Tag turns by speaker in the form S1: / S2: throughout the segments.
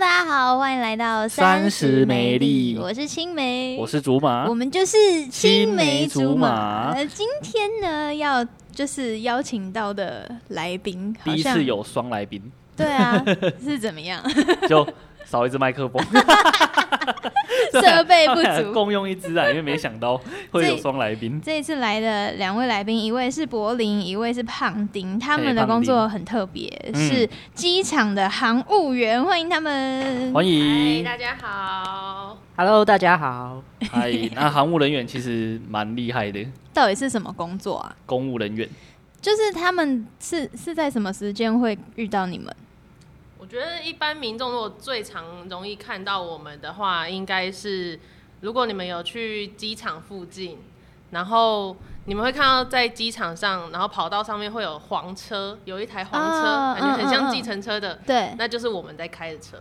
S1: 大家好，欢迎来到
S2: 三十
S1: 美
S2: 美丽
S1: 我是青梅，
S2: 我是竹马
S1: 我，们就是青梅
S2: 梅
S1: 竹
S2: 竹
S1: 马。
S2: 马
S1: 呃今天呢，要就是邀请到的来宾，好
S2: 第
S1: 像
S2: 一次有双来宾，
S1: 对 啊，是怎么样？
S2: 就少一支麦克风，
S1: 设备不足。
S2: 共用一支啊，因为没想到会有双来宾。
S1: 这一次来的两位来宾，一位是柏林，一位是胖丁，他们的
S2: 嘿胖
S1: 工
S2: 丁
S1: 作很特别，
S2: 嗯
S1: 是机场的航务员，欢迎他们。
S2: 欢
S3: 嗨，
S1: 哎
S2: 迎，
S3: 大家好。
S4: Hello，大家好。
S2: 嗨，那航务人员其实蛮厉害的，
S1: 到底是什么工作啊？
S2: 公务人员
S1: 就是他们是是在什么时间会遇到你们？
S3: 我觉得一般民众如果最常容易看到我们的话，应该是如果你们有去机场附近，然后你们会看到在机场上，然后跑道上面会有黄车，有一台黄车，
S1: 哦
S3: 感觉
S1: 嗯
S3: 很
S1: 嗯嗯
S3: 像计程车的，
S1: 对，
S3: 那就是我们在开的车。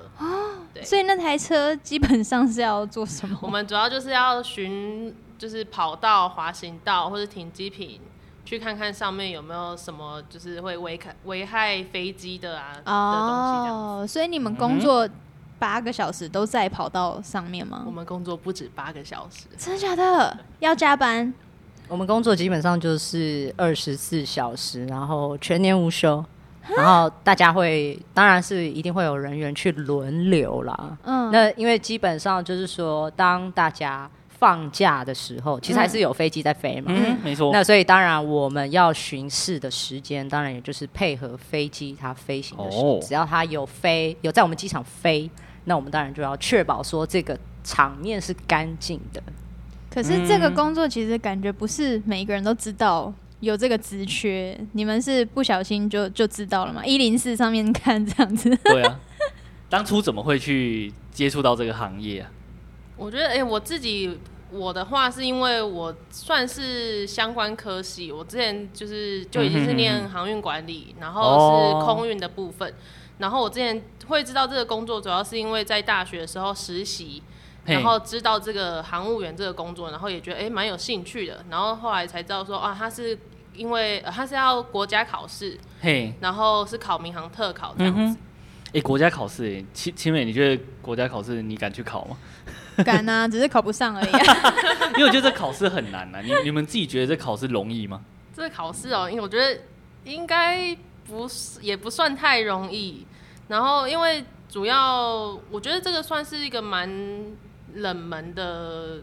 S3: 对
S1: 所以那台车基本上是要做什么？
S3: 我们主要就是要巡，就是跑道、滑行道或者停机坪，去看看上面有没有什么就是会危害危害飞机的啊、的东西这样。
S1: 哦，所以你们工
S2: 嗯
S1: 作八个小时都在跑道上面
S3: 我
S1: 吗？
S3: 们工作不止八个小时，
S1: 真的假的？要加班？
S4: 我们工作基本上就是二十四小时，然后全年无休，然后大家会，当然是一定会有人员去轮流啦。
S1: 嗯，
S4: 那因为基本上就是说，当大家放假的时候，其实还是有飞机在飞嘛。
S2: 嗯，没错。
S4: 那所以当然我们要巡视的时间，当然也就是配合飞机它飞行的时候，
S2: 哦
S4: 只要它有飞有在我们机场飞，那我们当然就要确保说这个场面是干净的。
S1: 可是这个工作其实感觉不是每一个人都知道。有这个职缺，你们是不小心就就知道了嘛？一零四上面看这样子，
S2: 对啊，当初怎么会去接触到这个行业啊？
S3: 我觉得，哎、我自己我的话是因为我算是相关科系，我之前就是就已经
S2: 嗯
S3: 是
S2: 哼
S3: 念
S2: 嗯
S3: 航运管理，然后
S2: 哦
S3: 是空运的部分。然后我之前会知道这个工作，主要是因为在大学的时候实习，
S2: 嘿
S3: 然后知道这个航务员这个工作，然后也觉得哎蛮、有兴趣的。然后后来才知道说啊，他是因为、呃他是要国家考试，
S2: 嘿，
S3: 然后是考民航特考这样子。
S2: 哎，国家考试，诶青青美，你觉得国家考试你敢去考吗？
S1: 敢啊，只是考不上而已、啊。
S2: 因为我觉得这考试很难啊。你你们自己觉得这考试容易吗？
S3: 这个考试哦，因为我觉得应该不是，也不算太容易。然后因为主要，我觉得这个算是一个蛮冷门的，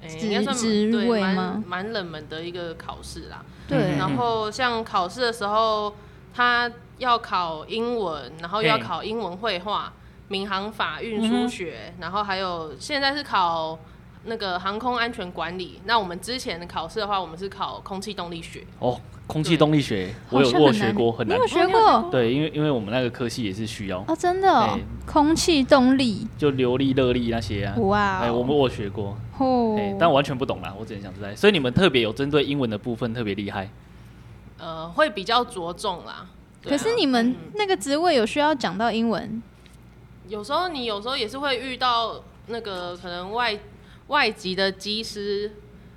S3: 诶
S1: 职
S3: 应该算
S1: 职
S3: 对
S1: 位
S3: 蛮
S1: 吗
S3: 蛮冷门的一个考试啦。
S1: 对，
S2: 嗯
S3: 然后像考试的时候，他要考英文，然后又要
S2: 嘿嗯
S3: 考英文绘画、民航法、运输学，然后还有现在是考那个航空安全管理。那我们之前的考试的话，我们是考空气动力学。
S2: 哦，空气动力学，我有
S1: 好像
S2: 我有
S1: 很难
S2: 学过，很
S1: 你
S2: 难
S1: 有。学过
S2: 对，因为因为我们那个科系也是需要，
S1: 哦？真的哦
S2: 对，
S1: 空气动力，
S2: 就流力、热力那些啊。
S1: 哇哦！
S2: 哎哎，我们我有学过，
S1: 哦
S2: 哎，但我完全不懂啦，我只能想出来。所以你们特别有针对英文的部分特别厉害，
S3: 呃，会比较着重啦。对
S1: 可
S3: 啊
S1: 是你们
S3: 嗯
S1: 那个职位有需要讲到英文
S3: 有时候你有时候也是会遇到那个可能外外籍的机师，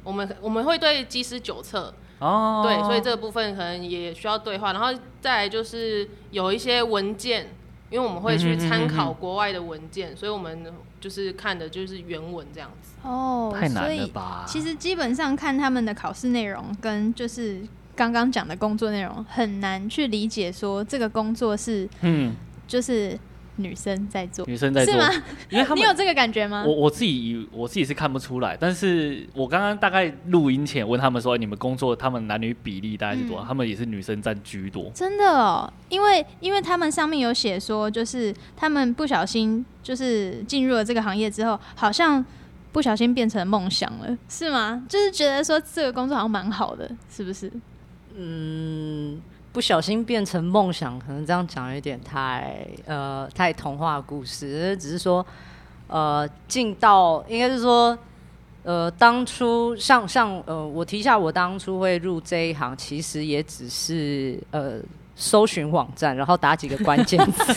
S3: 我们我们会对机师酒测，
S2: 哦
S3: 对，所以这个部分可能也需要对话。然后再来就是有一些文件，因为我们会去
S2: 嗯哼嗯哼
S3: 参考
S2: 嗯
S3: 国外的文件，所以我们就是看的就是原文这样子。
S1: 哦
S2: 太
S1: 所
S2: 难了
S1: 以
S2: 吧？
S1: 其实基本上看他们的考试内容跟就是刚刚讲的工作内容，很难去理解说这个工作是
S2: 嗯，
S1: 就是女生在做，
S2: 女生在做
S1: 是，吗？
S2: 因为他
S1: 你
S2: 们
S1: 有这个感觉吗
S2: 我？我自己以我自己是看不出来，但是我刚刚大概录音前问他们说，哎你们工作他们男女比例大概是多少？
S1: 嗯
S2: 他们也是女生占居多。
S1: 真的哦，因为因为他们上面有写说，就是他们不小心就是进入了这个行业之后，好像不小心变成梦想了，是吗？就是觉得说这个工作好像蛮好的，是不是？
S4: 不小心变成梦想，可能这样讲有点太呃太童话故事，只是说呃进到应该是说呃当初像像呃我提一下，我当初会入这一行，其实也只是呃搜寻网站，然后打几个关键字，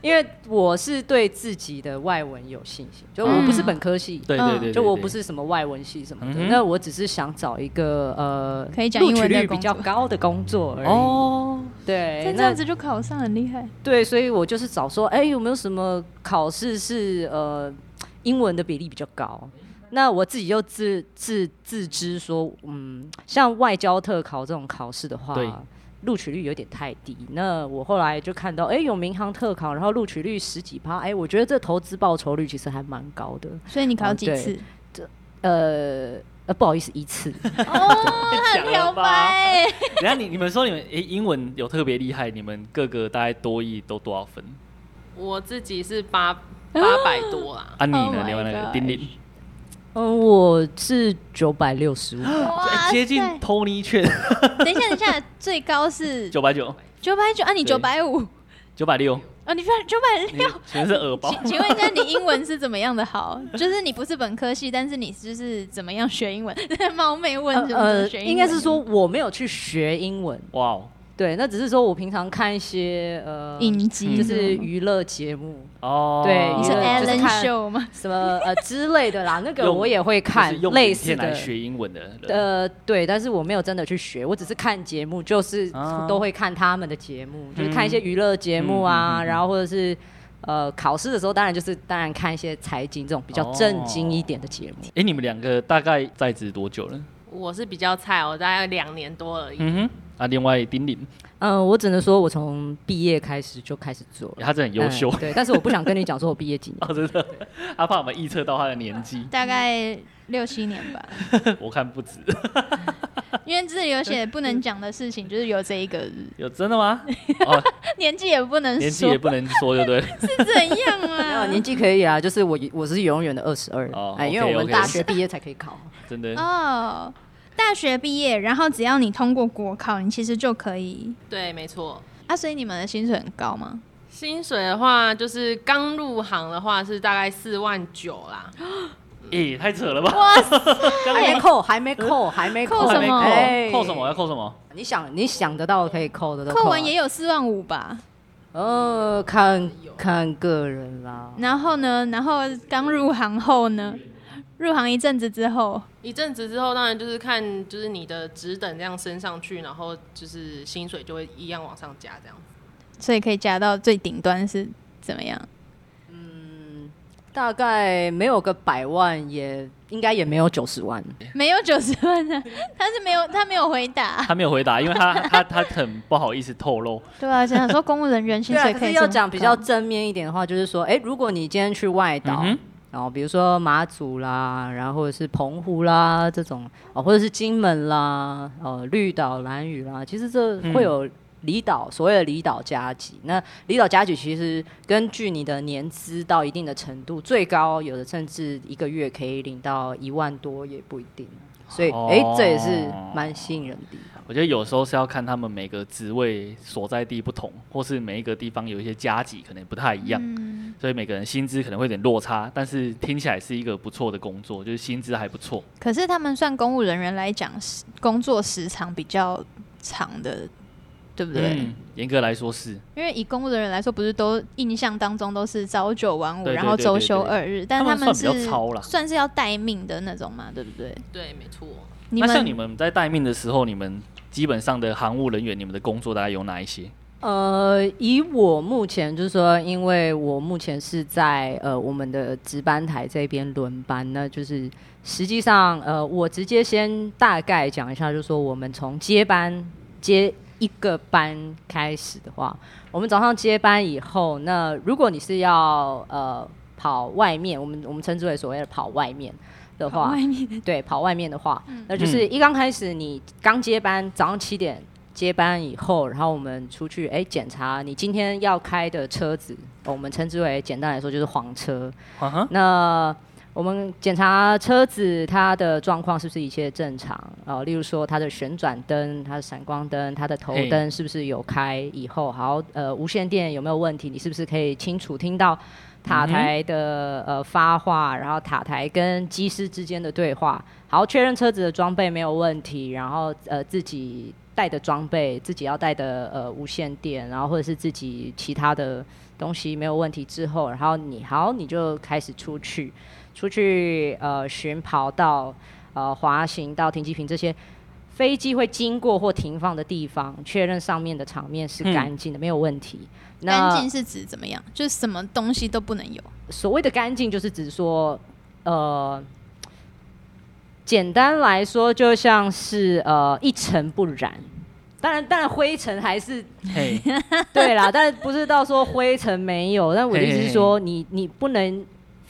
S4: 因为我是对自己的外文有信心，就我不是本科系，
S2: 对对
S1: 嗯
S2: 对对，
S4: 就我不
S2: 是
S4: 是什么外文系什么
S2: 嗯
S4: 的，
S2: 哼
S4: 那我只是想找一个呃
S1: 可以讲
S4: 录
S1: 英
S4: 取
S1: 文的
S4: 率
S1: 工
S4: 比较
S1: 作
S4: 高的工作而已。
S2: 哦，
S1: 但
S4: 对，
S1: 这
S4: 那
S1: 样子就考上很厉害。
S4: 对，所以我就是找说，哎、有没有什么考试是呃英文的比例比较高？那我自己又自自自知说，嗯，像外交特考这种考试的话
S2: 对，
S4: 录取率有点太低。那我后来就看到，哎、有民航特考，然后录取率十几趴，哎、我觉得这投资报酬率其实还蛮高的。
S1: 所以你考
S4: 哦
S1: 几
S4: 对
S1: 次？
S4: 呃呃，不好意思，一 次。
S1: 哦，
S2: 太
S1: 很漂。白。
S2: 等一下你你们说你们诶英文有特别厉害，你们各个大概多译都多少分？
S3: 我自己是八八百多 啦，
S2: 啊你
S1: Oh
S2: 呢？
S1: my
S2: 另外那个
S1: gosh
S2: 丁丁，
S4: 嗯，我是九百六十五。
S1: 哇
S2: 诶接近
S1: 塞
S2: Tony 券
S1: 等一下，等一下，最高是
S2: 九百九
S1: 九百九啊，你
S2: 对
S1: 九百五
S2: 九百 六，
S1: 啊，你居然九百
S2: 你
S1: 六。
S2: 全是耳包。
S1: 请请问一下，你英文是怎么样的好？就是你不是本科系，但是你就是怎么样学英文？ 冒昧问，就是怎么学英文
S4: 呃应该是说我没有去学英文，
S2: 哇哦
S4: 对，那只是说我平常看一些呃
S1: 影集，
S4: 就是娱乐节目，
S2: 哦，
S4: 对
S1: 你是
S4: 娱乐就是
S1: Alan
S4: 看
S1: Show 吗？
S4: 什么 呃之类的啦，那个
S2: 用
S4: 我也会
S2: 就
S4: 看
S2: 是用
S4: 类
S2: 影
S4: 似
S2: 片
S4: 的
S2: 来。学英文的人，
S4: 呃，对，但是我没有真的去学，我只是看节目，就是
S2: 啊
S4: 都会看他们的节目，就是看一些娱乐节目啊，
S2: 嗯嗯嗯嗯
S4: 然后或者是呃考试的时候，当然就是当然看一些财经这种比较
S2: 哦
S4: 正经一点的节目。
S2: 哎，你们两个大概在职多久了？
S3: 我是比较菜，哦我大概两年多而已。
S2: 嗯哼，啊，另外丁丁，
S4: 嗯、我只能说我从毕业开始就开始做了，
S2: 他真的很优秀
S4: 嗯，对，但是我不想跟你讲说我毕业几年。
S2: 哦，真的，他怕我们预测到他的年纪，
S1: 大概六七年吧，
S2: 我看不止，
S1: 因为这里有写不能讲的事情，就是有这一个日
S2: 有真的吗？哦，
S1: 年纪也不能
S2: 年纪
S1: 说
S2: 也，不能说，对不对？
S1: 是怎样
S4: 没有
S1: 啊？
S4: 年纪可以啊，就是我我是永远的二十二
S2: 哦，
S4: 哎，因为
S2: OK，
S4: 我们
S2: OK
S4: 大学毕业才可以考。
S2: 真的，
S1: 哦，大学毕业，然后只要你通过国考，你其实就可以
S3: 对，没错。
S1: 啊。所以你们的薪水很高吗？
S3: 薪水的话，就是刚入行的话是大概四万九啦，
S2: 诶，太扯了吧？
S4: 还没扣，还没扣，还没
S1: 扣什么
S4: 哎
S2: 扣什么？要扣什么？
S4: 你想你想得到可以扣的都
S1: 扣
S4: 啊
S1: 完也有四万五吧。
S4: 呃，看看个人啦。
S1: 然后呢，然后刚入行后呢，入行一阵子之后，
S3: 一阵子之后，当然就是看就是你的职等这样升上去，然后就是薪水就会一样往上加这样子。
S1: 所以可以加到最顶端是怎么样？
S4: 大概没有个百万也。应该也没有九十万，
S1: 没有九十万的，他是没有，他没有回答。
S2: 他没有回答，因为他他他很不好意思透露。
S1: 对啊，想说公务人员薪
S4: 啊
S1: 水
S4: 可
S1: 可
S4: 是
S1: 以
S4: 要
S1: 这么
S4: 讲比较
S1: 高
S4: 正面一点的话，就是说，哎、如果你今天去外岛，
S2: 嗯哼
S4: 然哦后比如说马祖啦，然后或者是澎湖啦这种，哦，或者是金门啦，呃，绿岛、蓝屿啦，其实这
S2: 嗯
S4: 会有离岛、所谓的离岛加级。那离岛加级其实根据你的年资到一定的程度，最高有的甚至一个月可以领到一万多也不一定。所以，
S2: 哦
S4: 哎、这也是蛮吸引人的地方。
S2: 我觉得有时候是要看他们每个职位所在地不同，或是每一个地方有一些加级可能不太一样，
S1: 嗯，
S2: 所以每个人薪资可能会有点落差，但是听起来是一个不错的工作，就是薪资还不错。
S1: 可是他们算公务人员来讲，时工作时长比较长的，对不对？
S2: 嗯，严格来说是，
S1: 因为以公务人员来说，不是都印象当中都是朝九晚五，
S2: 对对
S1: 然后周休二日，但
S2: 他们
S1: 们
S2: 算比
S1: 是
S2: 较超啦
S1: 算是要待命的那种嘛，对不对？
S3: 对，没错。
S1: 你
S2: 那
S1: 们
S2: 像你们在待命的时候，你们基本上的航务人员，你们的工作大概有哪一些？
S4: 呃，以我目前就是说，因为我目前是在呃我们的值班台这边轮班，那就是实际上呃，我直接先大概讲一下，就是说我们从接班接一个班开始的话，我们早上接班以后，那如果你是要呃跑外面，我们我们称之为所谓的跑外面的话，
S1: 外面
S4: 对，跑外面的话，那就是一刚开始你刚接班，早上七点接班以后，然后我们出去哎检查你今天要开的车子，哦我们称之为简单来说就是黄车。
S2: 啊哈，
S4: 那我们检查车子它的状况是不是一切正常哦，例如说它的旋转灯、它的闪光灯、它的头
S2: 嘿
S4: 灯是不是有开？以后好，呃，无线电有没有问题？你是不是可以清楚听到塔台的、呃发话，然后塔台跟机师之间的对话？好，确认车子的装备没有问题，然后呃自己带的装备、自己要带的呃无线电，然后或者是自己其他的东西没有问题之后，然后你好，你就开始出去，出去呃巡跑到呃滑行到停机坪这些飞机会经过或停放的地方，确认上面的场面是
S2: 嗯
S4: 干净的，没有问题。那
S1: 干净是指怎么样？就是什么东西都不能有。
S4: 所谓的干净，就是指说，呃，简单来说，就像是呃一尘不染。当然，当然灰尘还 是
S2: 嘿，
S4: 对啦，但不是到说灰尘没有。但我的意思是说，你你不能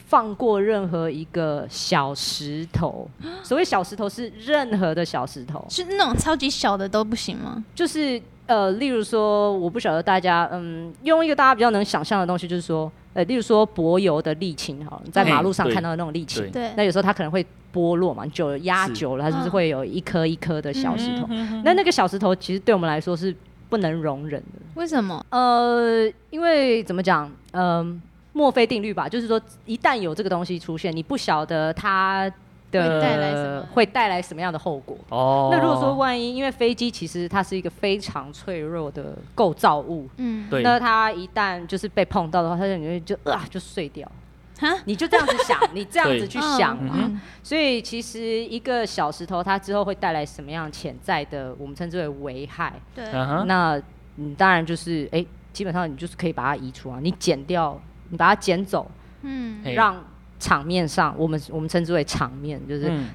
S4: 放过任何一个小石 头。所谓小石头是任何的小石头，
S1: 是那种超级小的都不行吗？
S4: 就是呃，例如说，我不晓得大家，嗯，用一个大家比较能想象的东西，就是说，呃，例如说柏油的沥青，好了，你在马路上
S2: 嘿对
S4: 看到的那种沥青
S2: 对，
S1: 对，
S4: 那有时候它可能会剥落嘛，久了压
S2: 是
S4: 久了，它就
S1: 嗯
S4: 是会有一颗一颗的小石头。
S2: 嗯
S4: 那那个小石头其实对我们来说是不能容忍的。
S1: 为什么？
S4: 呃，因为怎么讲，嗯、墨菲定律吧，就是说一旦有这个东西出现，你不晓得它的
S1: 会带来什么
S4: 会带来什么样的后果。
S2: 哦，
S4: 那如果说万一，因为飞机其实它是一个非常脆弱的构造物，
S1: 嗯，
S2: 对，
S4: 那它一旦就是被碰到的话，它就你就就啊就碎掉。
S1: 哈，
S4: 你就这样子 想，你这样子去想
S1: 嗯
S4: 嘛。
S1: 嗯
S4: 所以其实一个小石头，它之后会带来什么样潜在的，我们称之为危害。
S1: 对，
S2: 嗯哼，
S4: 那你当然就是，哎、基本上你就是可以把它移除啊，你剪掉，你把它剪走，
S1: 嗯，
S2: 嘿
S4: 让场面上我们我们称之为场面，就是、
S2: 嗯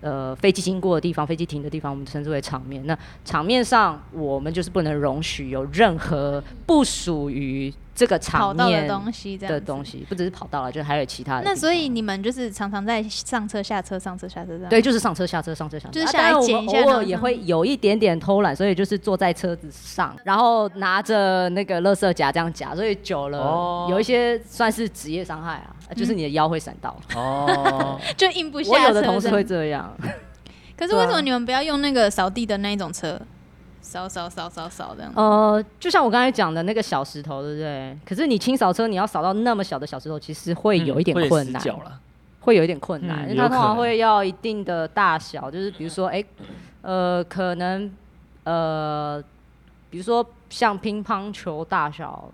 S4: 呃飞机经过的地方，飞机停的地方，我们称之为场面。那场面上我们就是不能容许有任何不属于这个
S1: 跑
S4: 场
S1: 到
S4: 面
S1: 的东西这样
S4: 的
S1: 子
S4: 东。西，不只是跑道了，就是还有其他的地方。
S1: 那所以你们就是常常在上车下车上车下车这样。
S4: 对，就是上车下车上车下车，
S1: 就是
S4: 啊
S1: 下来
S4: 当然
S1: 捡
S4: 我
S1: 一
S4: 们
S1: 下那
S4: 偶
S1: 种
S4: 尔也
S1: 上
S4: 会有一点点偷懒，所以就是坐在车子上，然后拿着那个垃圾夹这样夹，所以久了、
S2: 哦
S4: 有一些算是职业伤害啊，就是你的腰会闪到。
S2: 哦，
S1: 就硬嗯不下
S4: 我
S1: 车。
S4: 有的同事会
S1: 这样，
S4: 这样，
S1: 可是为什么你们不要用那个扫地的那一种车，扫扫扫扫扫这样？
S4: 呃，就像我刚才讲的那个小石头，对不对？可是你清扫车，你要扫到那么小的小石头，其实 会
S1: 嗯
S4: 有一点
S2: 嗯会
S4: 困
S2: 死
S4: 难，
S2: 角了，
S4: 会有一点困难，
S2: 嗯
S4: 因为它
S2: 有
S4: 通
S2: 可
S4: 常
S2: 能
S4: 会要一定的大小，就是比如说，哎、呃，可能呃，比如说像乒乓球大小，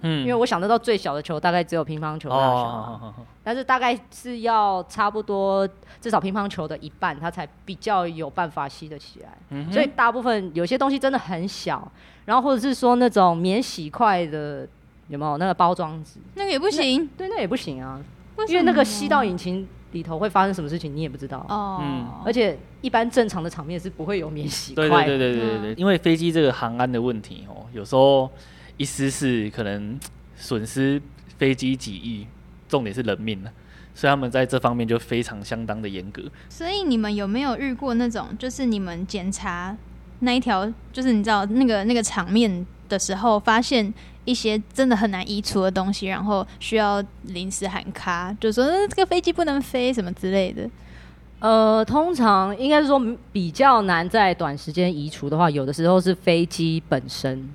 S2: 嗯，
S4: 因为我想得到最小的球大概只有乒乓球大小啊、
S2: 哦，
S4: 但是大概是要差不多至少乒乓球的一半，它才比较有办法吸得起来。
S2: 嗯哼
S4: 所以大部分有些东西真的很小，然后或者是说那种免洗筷的。有没有那个包装纸？
S1: 那个也不行，
S4: 对，那也不行啊，
S1: 为
S4: 因为那个吸
S1: 西
S4: 到引擎里头会发生什么事情，你也不知道。
S1: 哦
S2: 嗯，
S4: 而且一般正常的场面是不会有免洗筷
S2: 对
S4: 的。
S2: 对对对
S4: 嗯
S2: 对对，因为飞机这个航安的问题哦，有时候一失事可能损失飞机几亿，重点是人命了，所以他们在这方面就非常相当的严格。
S1: 所以你们有没有遇过那种，就是你们检查那一条，就是你知道那个那个场面的时候，发现一些真的很难移除的东西，然后需要临时喊卡，就说、呃这个飞机不能飞什么之类的。
S4: 呃，通常应该是说比较难在短时间移除的话，有的时候是飞机本身，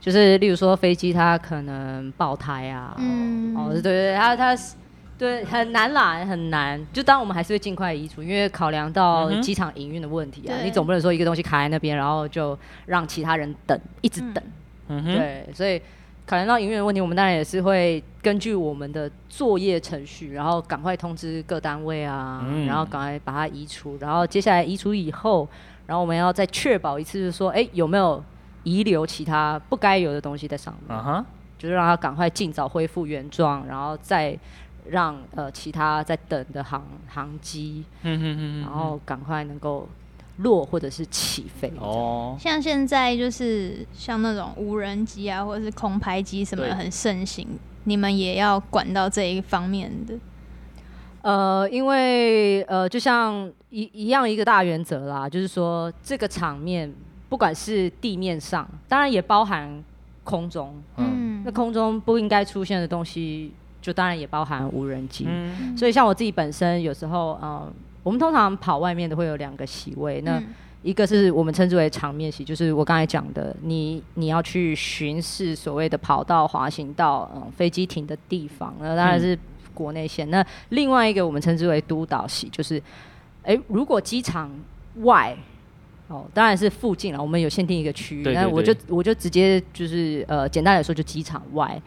S4: 就是例如说飞机它可能爆胎啊，
S1: 嗯
S4: 哦，对对对，它它是对很难啦，很难。就当然我们还是会尽快移除，因为考量到
S2: 嗯哼
S4: 机场营运的问题啊，
S1: 对
S4: 你总不能说一个东西卡在那边，然后就让其他人等，一直等。
S2: 嗯哼，
S4: 对，所以考量到营运的问题，我们当然也是会根据我们的作业程序，然后赶快通知各单位啊，
S2: 嗯
S4: 然后赶快把它移除，然后接下来移除以后，然后我们要再确保一次，就是说，哎、有没有遗留其他不该有的东西在上面，
S2: 啊哈，
S4: 就是让它赶快尽早恢复原状，然后再。让呃其他在等的航航机，
S2: 嗯哼哼
S4: 然后赶快能够落或者是起飞。
S2: 哼，哦，
S1: 像现在就是像那种无人机啊，或者是空拍机什么的
S2: 对
S1: 很盛行，你们也要管到这一方面的。
S4: 呃，因为呃，就像一一样一个大原则啦，就是说这个场面，不管是地面上，当然也包含空中，
S2: 嗯
S1: 嗯
S4: 那，空中不应该出现的东西，就当然也包含无人机。
S2: 嗯
S4: 所以像我自己本身，有时候呃，我们通常跑外面的会有两个席位，那
S1: 嗯
S4: 一个是我们称之为场面席，就是我刚才讲的，你你要去巡视所谓的跑道、滑行道、嗯，飞机停的地方，那当然
S2: 嗯
S4: 是国内线。那另外一个我们称之为督导席，就是，诶，如果机场外，啊、哦，当然是附近了，我们有限定一个区域，
S2: 对对
S4: 那我就
S2: 对
S4: 我就直接就是呃，简单来说就机场外，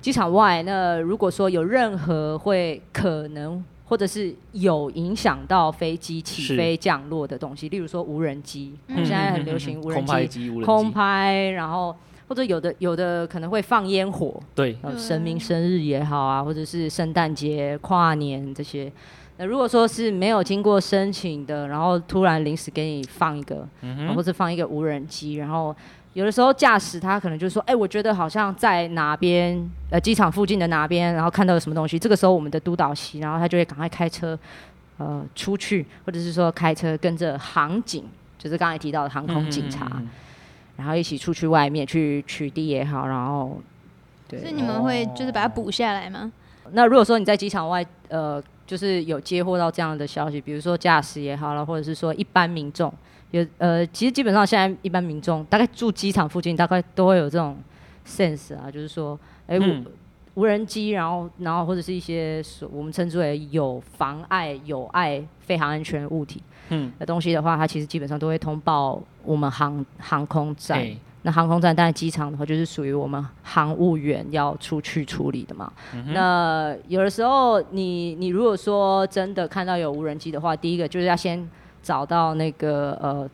S4: 机场外。那如果说有任何会可能或者是有影响到飞机起
S2: 是
S4: 飞降落的东西，例如说无人机，我们
S1: 嗯
S4: 现在很流行无人
S2: 空拍
S4: 机、
S2: 机、无人
S4: 空
S2: 机，
S4: 拍，然后或者有的有的可能会放烟火，
S2: 对，啊
S4: 呃，
S1: 对
S4: 神明生日也好啊，或者是圣诞节、跨年这些。那如果说是没有经过申请的，然后突然临时给你放一个，
S2: 嗯
S4: 然后
S2: 哼，
S4: 或者放一个无人机，然后有的时候驾驶他可能就说：“哎、我觉得好像在哪边呃机场附近的哪边，然后看到有什么东西。”这个时候我们的督导席，然后他就会赶快开车呃出去，或者是说开车跟着航警，就是刚才提到的航空警察，
S2: 嗯嗯嗯嗯
S4: 然后一起出去外面去取缔也好，然后对，
S1: 所以你们会就是把它补下来吗？
S4: 那如果说你在机场外，呃，就是有接获到这样的消息，比如说驾驶也好了，或者是说一般民众，有呃，其实基本上现在一般民众大概住机场附近，大概都会有这种 sense 啊，就是说，哎、无
S2: 嗯
S4: 无人机，然后然后或者是一些所我们称之为有妨碍、有碍飞行安全物体
S2: 嗯，
S4: 的东西的话，它其实基本上都会通报我们航航空站。
S2: 哎
S4: 那航空站，当然机场的话，就是属于我们航务员要出去处理的嘛。那有的时候你，你如果说真的看到有无人机的话，第一个就是要先找到那个呃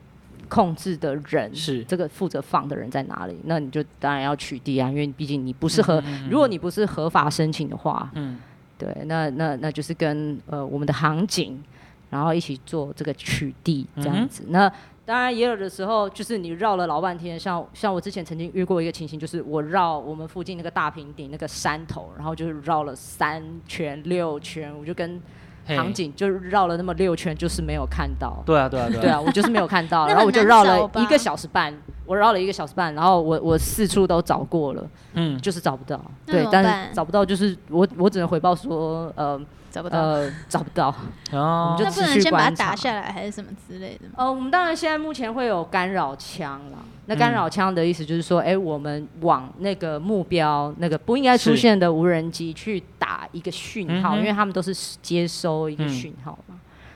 S4: 控制的人，
S2: 是
S4: 这个负责放的人在哪里？那你就当然要取缔啊，因为毕竟你不是合，如果你不是合法申请的话，
S2: 嗯，
S4: 对，那那那就是跟呃我们的航警，然后一起做这个取缔
S2: 嗯
S4: 这样
S2: 哼
S4: 子。那当然也有的时候就是你绕了老半天，像像我之前曾经遇过一个情形，就是我绕我们附近那个大平顶那个山头，然后就是绕了三圈六圈，我就跟
S2: 嘿
S4: 航警就绕了那么六圈，就是没有看到。
S2: 对啊，对啊，
S4: 对
S2: 对啊，
S4: 啊，我就是没有看到，
S1: 那
S4: 然后
S1: 很
S4: 我就
S1: 难
S4: 绕
S1: 找
S4: 了一
S1: 吧
S4: 个小时半，我绕了一个小时半，然后我我四处都找过了，
S2: 嗯，
S4: 就是找不到。
S1: 那
S4: 对
S1: 怎，么
S4: 但
S1: 办
S4: 是找不到就是我我只能回报说，呃，
S1: 找不到，
S4: 呃，找不 到。
S2: 哦，
S4: 就
S1: 那不
S4: 持
S1: 能
S4: 续
S1: 先把它
S4: 观察
S1: 打下来还是什么之类的吗？
S4: 呃，我们当然现在目前会有干扰枪啦。那干扰枪的意思就是说，哎、我们往那个目标那个不应该出
S2: 是
S4: 现的无人机去打一个讯号，
S2: 嗯哼
S4: 因为他们都是接收一个
S2: 嗯
S4: 讯号嘛，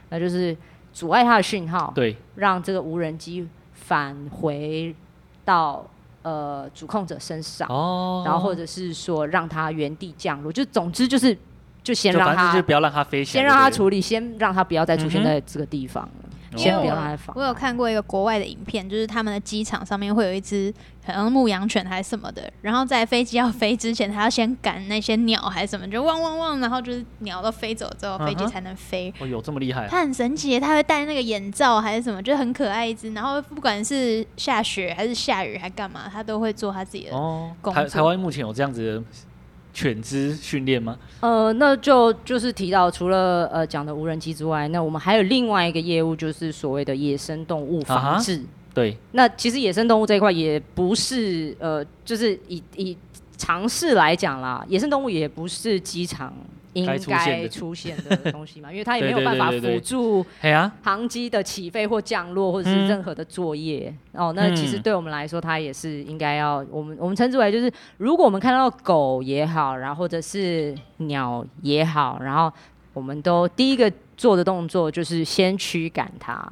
S4: 那就是阻碍它的讯号，
S2: 对，
S4: 让这个无人机返回到呃主控者身上，
S2: 哦，
S4: 然后或者是说让它原地降落，就总之就是就先
S2: 就
S4: 让
S2: 反正就
S4: 它
S2: 是不要让它飞起来
S4: 先
S2: 就对了，
S4: 让它处理，先让它不要再出现
S2: 嗯哼
S4: 在这个地方了，
S2: 哦，
S4: 先
S1: 因为
S4: 不要让它放。
S1: 我有看过一个国外的影片，就是他们的机场上面会有一只好像牧羊犬还是什么的，然后在飞机要飞之前，它要先赶那些鸟还是什么，就汪汪汪，然后就是鸟都飞走之后，飞机
S2: 嗯哼
S1: 才能飞。
S2: 哦，有这么厉害啊，
S1: 它很神奇，它会戴那个眼罩还是什么，就很可爱一只。然后不管是下雪还是下雨还干嘛，它都会做它自己的。
S2: 哦，
S1: 工
S2: 台
S1: 作
S2: 台湾目前有这样子的犬只训练吗？
S4: 呃，那就就是提到除了呃讲的无人机之外，那我们还有另外一个业务，就是所谓的野生动物
S2: 啊
S4: 防
S2: 哈
S4: 治。
S2: 对，
S4: 那其实野生动物这一块也不是呃，就是以以尝试来讲啦，野生动物也不是机场应
S2: 该出现
S4: 该
S2: 的
S4: 出现的东西嘛，因为它也
S2: 对
S4: 没有
S2: 对
S4: 办
S2: 对
S4: 法
S2: 对对
S4: 辅助
S2: 嘿啊，
S4: 航机的起飞或降落，或者是
S2: 嗯
S4: 任何的作业、哦，那其实
S2: 嗯
S4: 对我们来说，它也是应该要我们我们称之为就是，如果我们看到狗也好，然后或者是鸟也好，然后我们都第一个做的动作就是先驱赶它。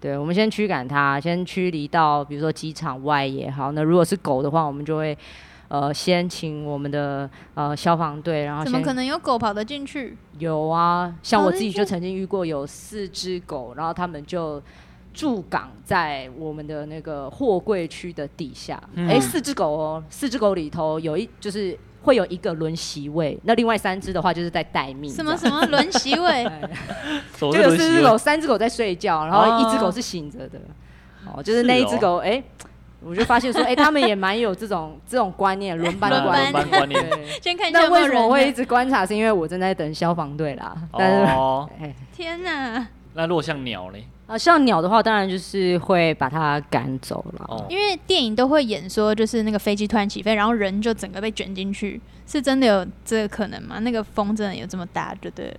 S4: 对，我们先驱赶它，先驱离到比如说机场外也好。那如果是狗的话，我们就会呃先请我们的呃消防队，然后
S1: 怎么
S4: 先
S1: 可能有狗跑得进去？
S4: 有啊，像
S1: 跑
S4: 我
S1: 得
S4: 自己
S1: 进
S4: 就
S1: 去
S4: 曾经遇过有四只狗，然后它们就驻港在我们的那个货柜区的底下。哎、
S2: 嗯
S4: 四只狗哦，四只狗里头有一就是会有一个轮席位，那另外三只的话就是在待命。
S1: 什么什么轮 席位？
S4: 么？
S2: 走
S4: 就
S2: 这
S4: 有
S2: 轮
S4: 四只
S2: 习
S4: 狗，
S2: 惯，
S4: 三只狗在睡觉，然后一只
S2: 哦
S4: 狗是醒着的。哦，就是
S2: 是
S4: 那一只
S2: 哦
S4: 狗，哎、我就发现说，哎、他们也蛮有这种 这种观念，轮班
S1: 轮
S4: 观
S1: 班
S4: 念。
S2: 观念
S4: 对
S1: 先看一下
S4: 那
S1: 有没
S4: 为
S1: 有
S4: 什么
S1: 人
S4: 会一
S1: 呢。
S4: 直观察？是因为我正在等消防队啦。 但是，
S2: 哦，
S4: 哎
S1: 天哪！
S2: 那如果像鸟嘞，
S4: 啊，像鸟的话，当然就是会把它赶走了。
S2: 哦，
S1: 因为电影都会演说，就是那个飞机突然起飞，然后人就整个被卷进去，是真的有这个可能吗？那个风真的有这么大，就对了。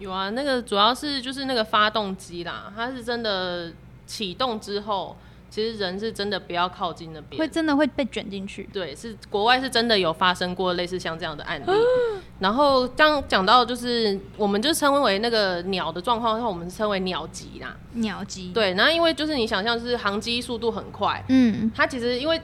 S3: 有啊，那个主要是就是那个发动机啦，它是真的启动之后，其实人是真的不要靠近那边，
S1: 会真的会被卷进去。
S3: 对，是国外是真的有发生过类似像这样的案例。
S1: 啊
S3: 然后刚讲到就是，我们就称为那个鸟的状况的话，我们称为鸟急啦。
S1: 鸟击，，
S3: 对，然后因为就是你想象就是航机速度很快，
S1: 嗯，
S3: 它其实因为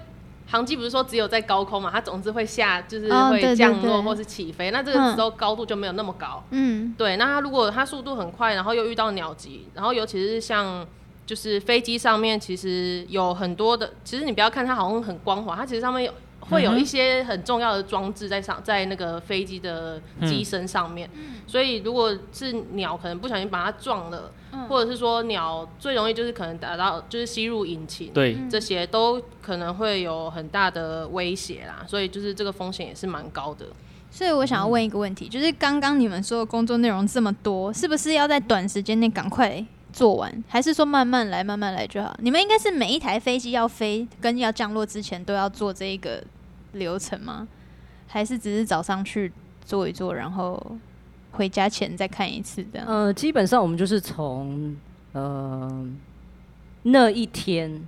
S3: 航机不是说只有在高空嘛，它总是会下，就是
S1: 哦对
S3: 会
S1: 对
S3: 降
S1: 对
S3: 落或是起飞。那这个时候高度就没有那么高。
S1: 嗯，
S3: 对，那它如果它速度很快，然后又遇到鸟击，然后尤其是像就是飞机上面，其实有很多的，其实你不要看它好像很光滑，它其实上面有会有一些很重要的装置在上，在那个飞机的机身上面，
S1: 嗯
S3: 所以如果是鸟可能不小心把它撞了，
S1: 嗯
S3: 或者是说鸟最容易就是可能打到就是吸入引擎。
S2: 对，
S1: 嗯
S3: 这些都可能会有很大的威胁啦，所以就是这个风险也是蛮高的。
S1: 所以我想要问一个问题，
S2: 嗯
S1: 就是刚刚你们说的工作内容这么多，是不是要在短时间内赶快做完，还是说慢慢来，慢慢来就好？你们应该是每一台飞机要飞跟要降落之前都要做这一个流程吗？还是只是早上去做一做，然后回家前再看一次这
S2: 嗯
S1: 样？
S4: 呃，基本上我们就是从呃那一天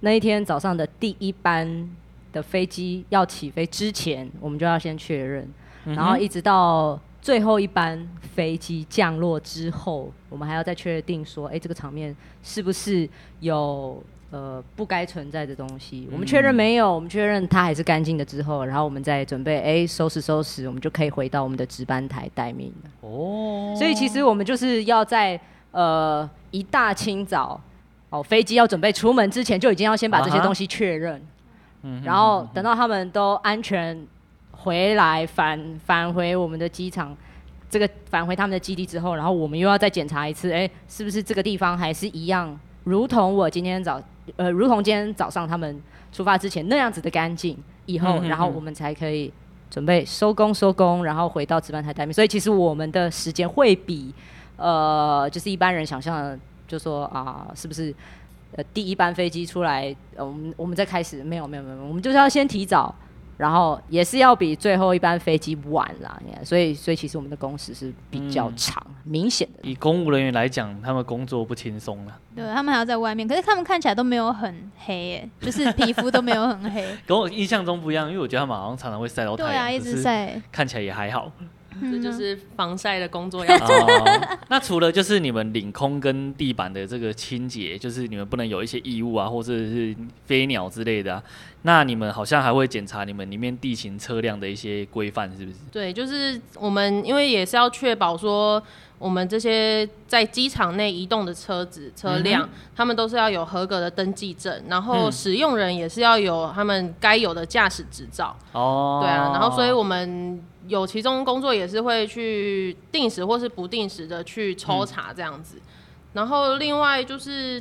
S4: 那一天早上的第一班的飞机要起飞之前，我们就要先确认，
S2: 嗯
S4: 然后一直到最后一班飞机降落之后，我们还要再确定说，哎、这个场面是不是有。呃，不该存在的东西，
S2: 嗯
S4: 我们确认没有，我们确认它还是干净的之后，然后我们再准备，哎、收拾收拾，我们就可以回到我们的值班台待命。
S2: 哦，
S4: 所以其实我们就是要在呃一大清早，哦，飞机要准备出门之前，就已经要先把这些
S2: 啊哈
S4: 东西确认，
S2: 嗯哼
S4: 然后等到他们都安全回来返返回我们的机场。这个返回他们的基地之后，然后我们又要再检查一次，哎，是不是这个地方还是一样，如同我今天早，呃，如同今天早上他们出发之前那样子的干净，以后，
S2: 嗯嗯嗯
S4: 然后我们才可以准备收工收工，然后回到值班台待命。所以其实我们的时间会比呃，就是一般人想象的，就说啊、是不是呃第一班飞机出来，呃、我们我们再开始？没有没有没有，我们就是要先提早。然后也是要比最后一班飞机晚啦，你看所以所以其实我们的工时是比较
S2: 嗯
S4: 长，明显的。
S2: 以公务人员来讲，他们工作不轻松啊了。
S1: 对他们还要在外面，可是他们看起来都没有很黑耶、就是皮肤都没有很黑。
S2: 跟我印象中不一样，因为我觉得他们 好像常常会晒到太
S1: 对
S2: 阳，
S1: 啊，一
S2: 只
S1: 直
S2: 是
S1: 晒，
S2: 看起来也还好。
S3: 这就
S1: 嗯
S3: 是防晒的工作要做。
S2: 哦，那除了就是你们领空跟地板的这个清洁，就是你们不能有一些异物啊，或者是飞鸟之类的、啊，那你们好像还会检查你们里面地形车辆的一些规范，是不是？
S3: 对，就是我们因为也是要确保说，我们这些在机场内移动的车子、车辆，他们都是要有合格的登记证，然后
S2: 嗯
S3: 使用人也是要有他们该有的驾驶执照。
S2: 哦，
S3: 对啊，然后所以我们有其中工作也是会去定时或是不定时的去抽查这样子，然后另外就是。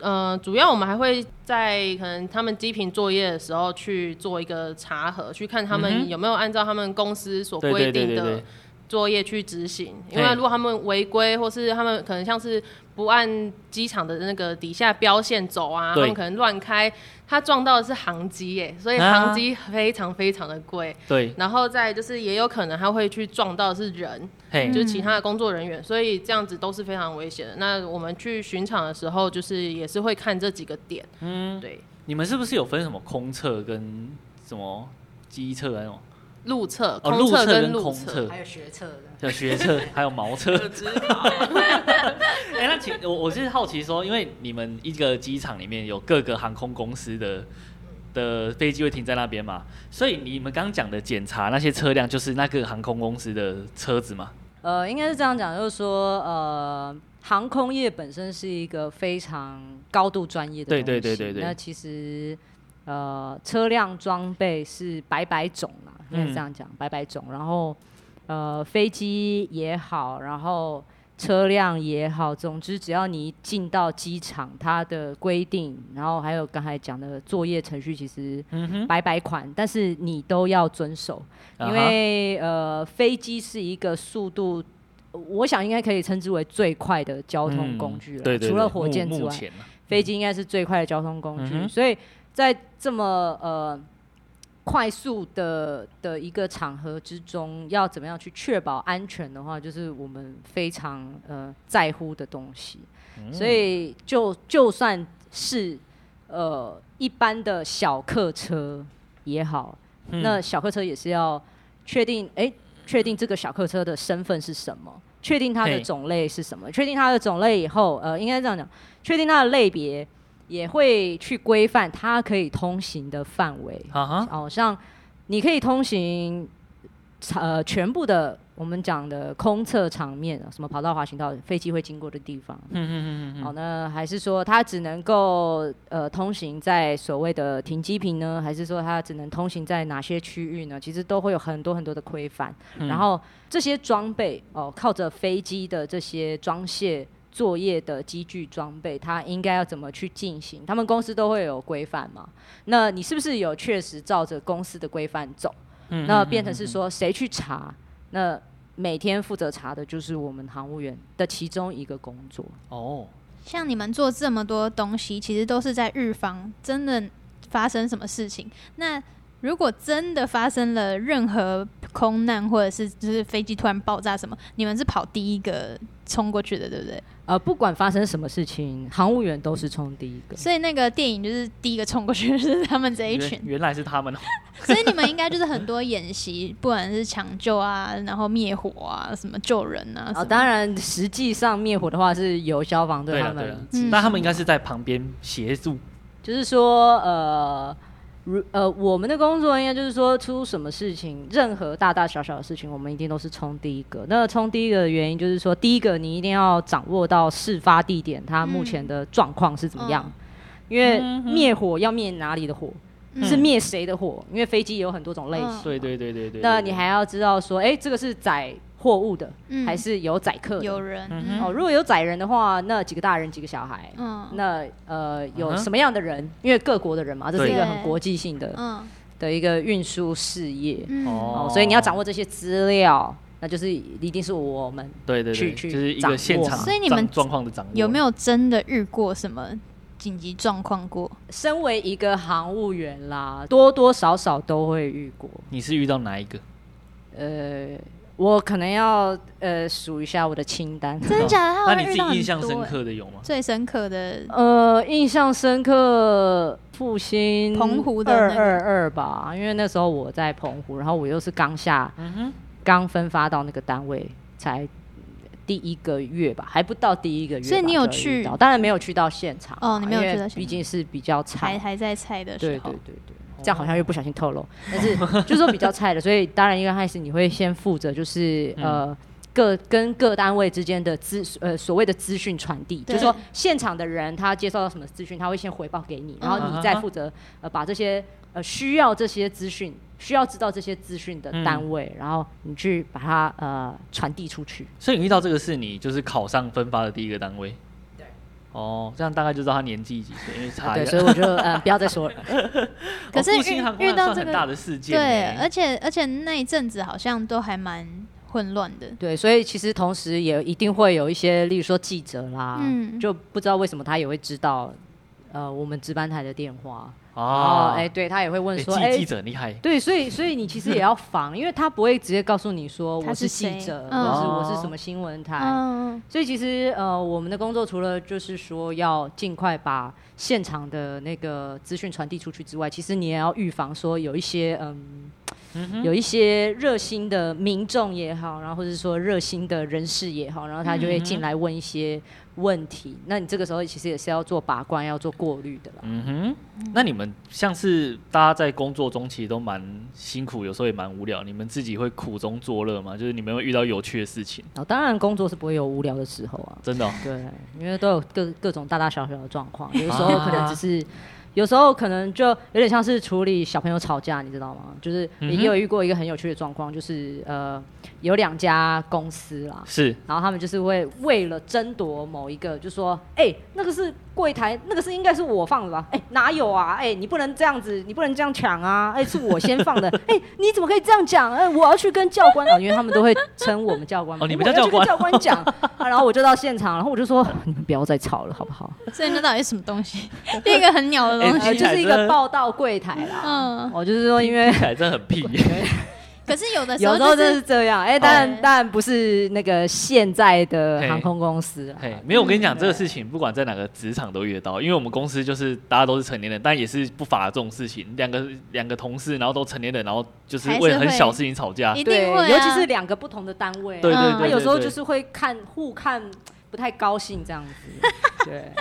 S3: 呃，主要我们还会在可能他们机坪作业的时候去做一个查核，去看他
S2: 嗯
S3: 们
S2: 哼
S3: 有没有按照他们公司所
S2: 对
S3: 规
S2: 对对对
S3: 定的
S2: 对，
S3: 作业去执行。因
S2: 嘿
S3: 为如果他们违规，或是他们可能像是不按机场的那个底下标线走啊，他
S2: 对
S3: 们可能乱开，他撞到的是航机耶，所以
S2: 啊
S3: 航机非常非常的贵。
S2: 对，
S3: 然后再就是也有可能他会去撞到的是人，
S2: 嘿，
S3: 就是其他的工作人员，所以这样子都是非常危险的。那我们去巡场的时候，就是也是会看这几个点，嗯，对，
S2: 你们是不是有分什么空测跟什么机测那种？
S3: 路测、
S2: 哦，
S3: 空
S2: 测
S3: 跟
S2: 跟
S3: 路
S2: 空
S3: 测，
S2: 测，
S4: 有学测的，
S2: 有学测，还有毛测。 哎、那请我我是好奇说，因为你们一个机场里面有各个航空公司的的飞机会停在那边嘛，所以你们刚讲的检查那些车辆，就是那个航空公司的车子嘛？
S4: 呃，应该是这样讲，就是说，呃，航空业本身是一个非常高度专业的
S2: 对对
S4: 东西
S2: 对对对
S4: 那其实，呃，车辆装备是百百种啦，应
S2: 嗯
S4: 该是这样讲，百百种。然后，呃，飞机也好，然后车辆也好，总之只要你一进到机场，它的规定，然后还有刚才讲的作业程序，其实
S2: 嗯哼，
S4: 百百款，但是你都要遵守。
S2: 啊
S4: 因为呃，飞机是一个速度，我想应该可以称之为最快的交
S2: 交
S4: 通工具了。
S2: 嗯对对，
S4: 除了火箭
S2: 目
S4: 之
S2: 目
S4: 外，
S2: 前啊
S4: 飞机应该是最快的交通工具。
S2: 嗯哼
S4: 所以在这么呃快速的的一个场合之中，要怎么样去确保安全的话，就是我们非常
S2: 嗯
S4: 呃在乎的东西。所以就就算是。呃一般的小客车也好，
S2: 嗯
S4: 那小客车也是要确定，哎、确定这个小客车的身份是什么，确定它的
S2: 嘿
S4: 种类是什么，确定它的种类以后，呃，应该这样讲，确定它的类别，也会去规范它可以通行的范围。
S2: 啊哈，
S4: 好、哦像你可以通行呃全部的我们讲的空侧场面，啊什么跑道、滑行道、飞机会经过的地方。
S2: 嗯嗯嗯嗯
S4: 好、那还是说它只能够呃通行在所谓的停机坪呢？还是说它只能通行在哪些区域呢？其实都会有很多很多的规范。
S2: 嗯，
S4: 然后这些装备哦、靠着飞机的这些装卸作业的机具装备，它应该要怎么去进行？他们公司都会有规范嘛？那你是不是有确实照着公司的规范走？
S2: 嗯
S4: 那变成是，说谁去查？那每天负责查的就是我们航务员的其中一个工作。
S2: 嗯嗯嗯哦，
S1: 像你们做这么多东西，其实都是在预防真的发生什么事情。那如果真的发生了任何空难，或者是就是飞机突然爆炸什么，你们是跑第一个冲过去的，对不对？
S4: 呃，不管发生什么事情，航务员都是冲第一个。
S1: 所以那个电影就是第一个冲过去就是他们这一群
S2: 原，原来是他们哦，
S1: 所以你们应该就是很多演习，不管是抢救啊，然后灭火啊，什么救人啊，什
S4: 啊、
S1: 么
S4: 当然，实际上灭火的话是由消防队
S2: 对啊
S4: 他
S2: 了对
S4: 们
S2: 了
S1: 嗯，
S2: 那他们应该是在旁边协助，
S4: 就是说，呃，如呃，我们的工作应该就是说，出什么事情，任何大大小小的事情，我们一定都是冲第一个。那冲第一个的原因就是说，第一个你一定要掌握到事发地点它目前的状况是怎么样，
S1: 嗯
S4: 因为灭火要灭哪里的火，
S1: 嗯
S4: 是灭谁的火，因为飞机有很多种类型嘛
S1: 嗯，
S2: 对对对对对，
S4: 哦那
S2: 对
S4: 你还要知道说，哎、这个是载货物的，
S1: 嗯
S4: 还是有载客的？
S1: 有人，
S2: 嗯
S1: 嗯
S4: 哦，如果有载人的话，那几个大人，几个小孩，
S1: 嗯
S4: 那呃，有
S2: 嗯哼
S4: 什么样的人？因为各国的人嘛，这是
S2: 对
S4: 一个很国际性的
S1: 嗯
S4: 的一个运输事业
S1: 嗯
S2: 哦
S4: 哦，所以你要掌握这些资料，那就是一定是我们
S2: 对对对，
S4: 去去
S2: 就是一
S4: 掌
S2: 个
S4: 握
S2: 现场
S1: 所以你们
S2: 状状况的掌握
S1: 有没有真的遇过什么紧急状况过？
S4: 身为一个航务员啦，多多少少都会遇过。
S2: 你是遇到哪一个？
S4: 呃，我可能要呃数一下我的清单。
S1: 真的假的？他好
S2: 那
S1: 像遇
S2: 你自己
S1: 到很
S2: 印象
S1: 多
S2: 深
S1: 欸
S2: 刻的有吗？
S1: 最深刻的，
S4: 呃，印象深刻，复兴
S1: 澎湖的
S4: 二
S1: 那个
S4: 二二吧，因为那时候我在澎湖，然后我又是刚下，
S1: 嗯
S4: 刚、分发到那个单位才第一个月吧，还不到第一个月吧，
S1: 所以你有
S4: 就遇到
S1: 去
S4: 当然没有去到现场啊，
S1: 哦你没有去到
S4: 因为
S1: 现场
S4: 毕竟是比较
S1: 还
S4: 菜，
S1: 还在菜的
S4: 对
S1: 时
S4: 对
S1: 候
S4: 对，对。这样好像又不小心透露，但是就是说比较菜的，所以当然一开始你会先负责就是、呃各跟各单位之间的资呃所谓的资讯传递，
S1: 对
S4: 就是说现场的人他接受到什么资讯，他会先回报给你，然后你再负责呃把这些呃需要这些资讯需要知道这些资讯的单位，然后你去把它呃传递出去。
S2: 所以你遇到这个是你就是考上分发的第一个单位。对。哦，这样大概就知道他年纪几岁，因为
S4: 啊、
S2: 差一
S4: 对，
S2: 下
S4: 所以我就呃不要再说了。
S1: 可是
S2: 哦
S1: 遇
S2: 复兴航空
S1: 遇到
S2: 算
S1: 这个
S2: 很大的事件欸
S1: 对，
S2: 呢，
S1: 而且而且那一阵子好像都还蛮混乱的，
S4: 对，所以其实同时也一定会有一些，例如说记者啦，
S1: 嗯
S4: 啊就不知道为什么他也会知道，呃，我们值班台的电话，哦
S2: 啊，，
S4: 哎、对他也会问
S2: 哎
S4: 说，
S2: 记
S4: 哎、
S2: 记者很厉害，
S4: 对，所以所以你其实也要防，因为他不会直接告诉你说
S1: 他
S4: 我
S1: 是
S4: 记
S1: 谁
S4: 者，
S1: 嗯
S4: 或是我是什么新闻台，
S2: 哦
S1: 嗯，
S4: 所以其实呃，我们的工作除了就是说要尽快把现场的那个资讯传递出去之外，其实你也要预防说有一些嗯。有一些热心的民众也好，然后或者说热心的人士也好，然后他就会进来问一些问题。那你这个时候其实也是要做把关、要做过滤的啦。
S2: 嗯哼，那你们像是大家在工作中其实都蛮辛苦，有时候也蛮无聊，你们自己会苦中作乐吗？就是你们会遇到有趣的事情，
S4: 然后当然工作是不会有无聊的时候啊，
S2: 真的哦、
S4: 对，因为都有各各种大大小小的状况，有的时候
S2: 啊
S4: 可能只是，有时候可能就有点像是处理小朋友吵架，你知道吗？就是
S2: 嗯
S4: 也
S2: 哼
S4: 有遇过一个很有趣的状况，就是呃，有两家公司啦。
S2: 是
S4: 然后他们就是会为了争夺某一个，就说：“哎、那个是柜台，那个是应该是我放的吧？哎、哪有啊？哎、你不能这样子，你不能这样抢啊！哎、是我先放 的，哎、你怎么可以这样讲？哎、我要去跟教官啊，因为他们都会称我们教官嘛，
S2: 哦你们
S4: 我要
S2: 叫
S4: 去跟教
S2: 教
S4: 官讲、 啊然后我就到现场，然后我就说：你们不要再吵了，好不好？
S1: 嗯所以那到底是什么东西？另一个很鸟的
S2: 哎
S1: 东
S2: 听
S1: 西，
S4: 呃，
S2: 起
S4: 就
S2: 来
S4: 是一
S2: 真
S4: 个
S2: 的
S4: 报到柜台啦。哦
S1: 嗯，
S2: 哎
S4: 我就是说，因为
S2: 听起来真的很屁耶，
S1: 可可是 有的时
S4: 有
S1: 候
S4: 时候
S1: 就
S4: 真的
S1: 是
S4: 是这样，哎、当
S1: 哦
S4: 然当然不是那个现在的
S2: 嘿
S4: 航空公司啊，
S2: 嘿，没有，我跟你讲这个事情，不管在哪个职场都遇得到，因为我们公司就是大家都是成年人，但也是不乏这种事情，两个两个同事，然后都成年人，然后就是
S1: 还是
S2: 为了很
S1: 会
S2: 小事情吵架，
S1: 一
S4: 对，
S1: 定会啊
S4: 尤其是两个不同的单位啊、
S2: 对对
S1: 嗯
S2: 对
S1: 他
S4: 他
S2: 对，
S4: 有时候
S2: 对
S4: 就是会看互看不太高兴这样子， 对，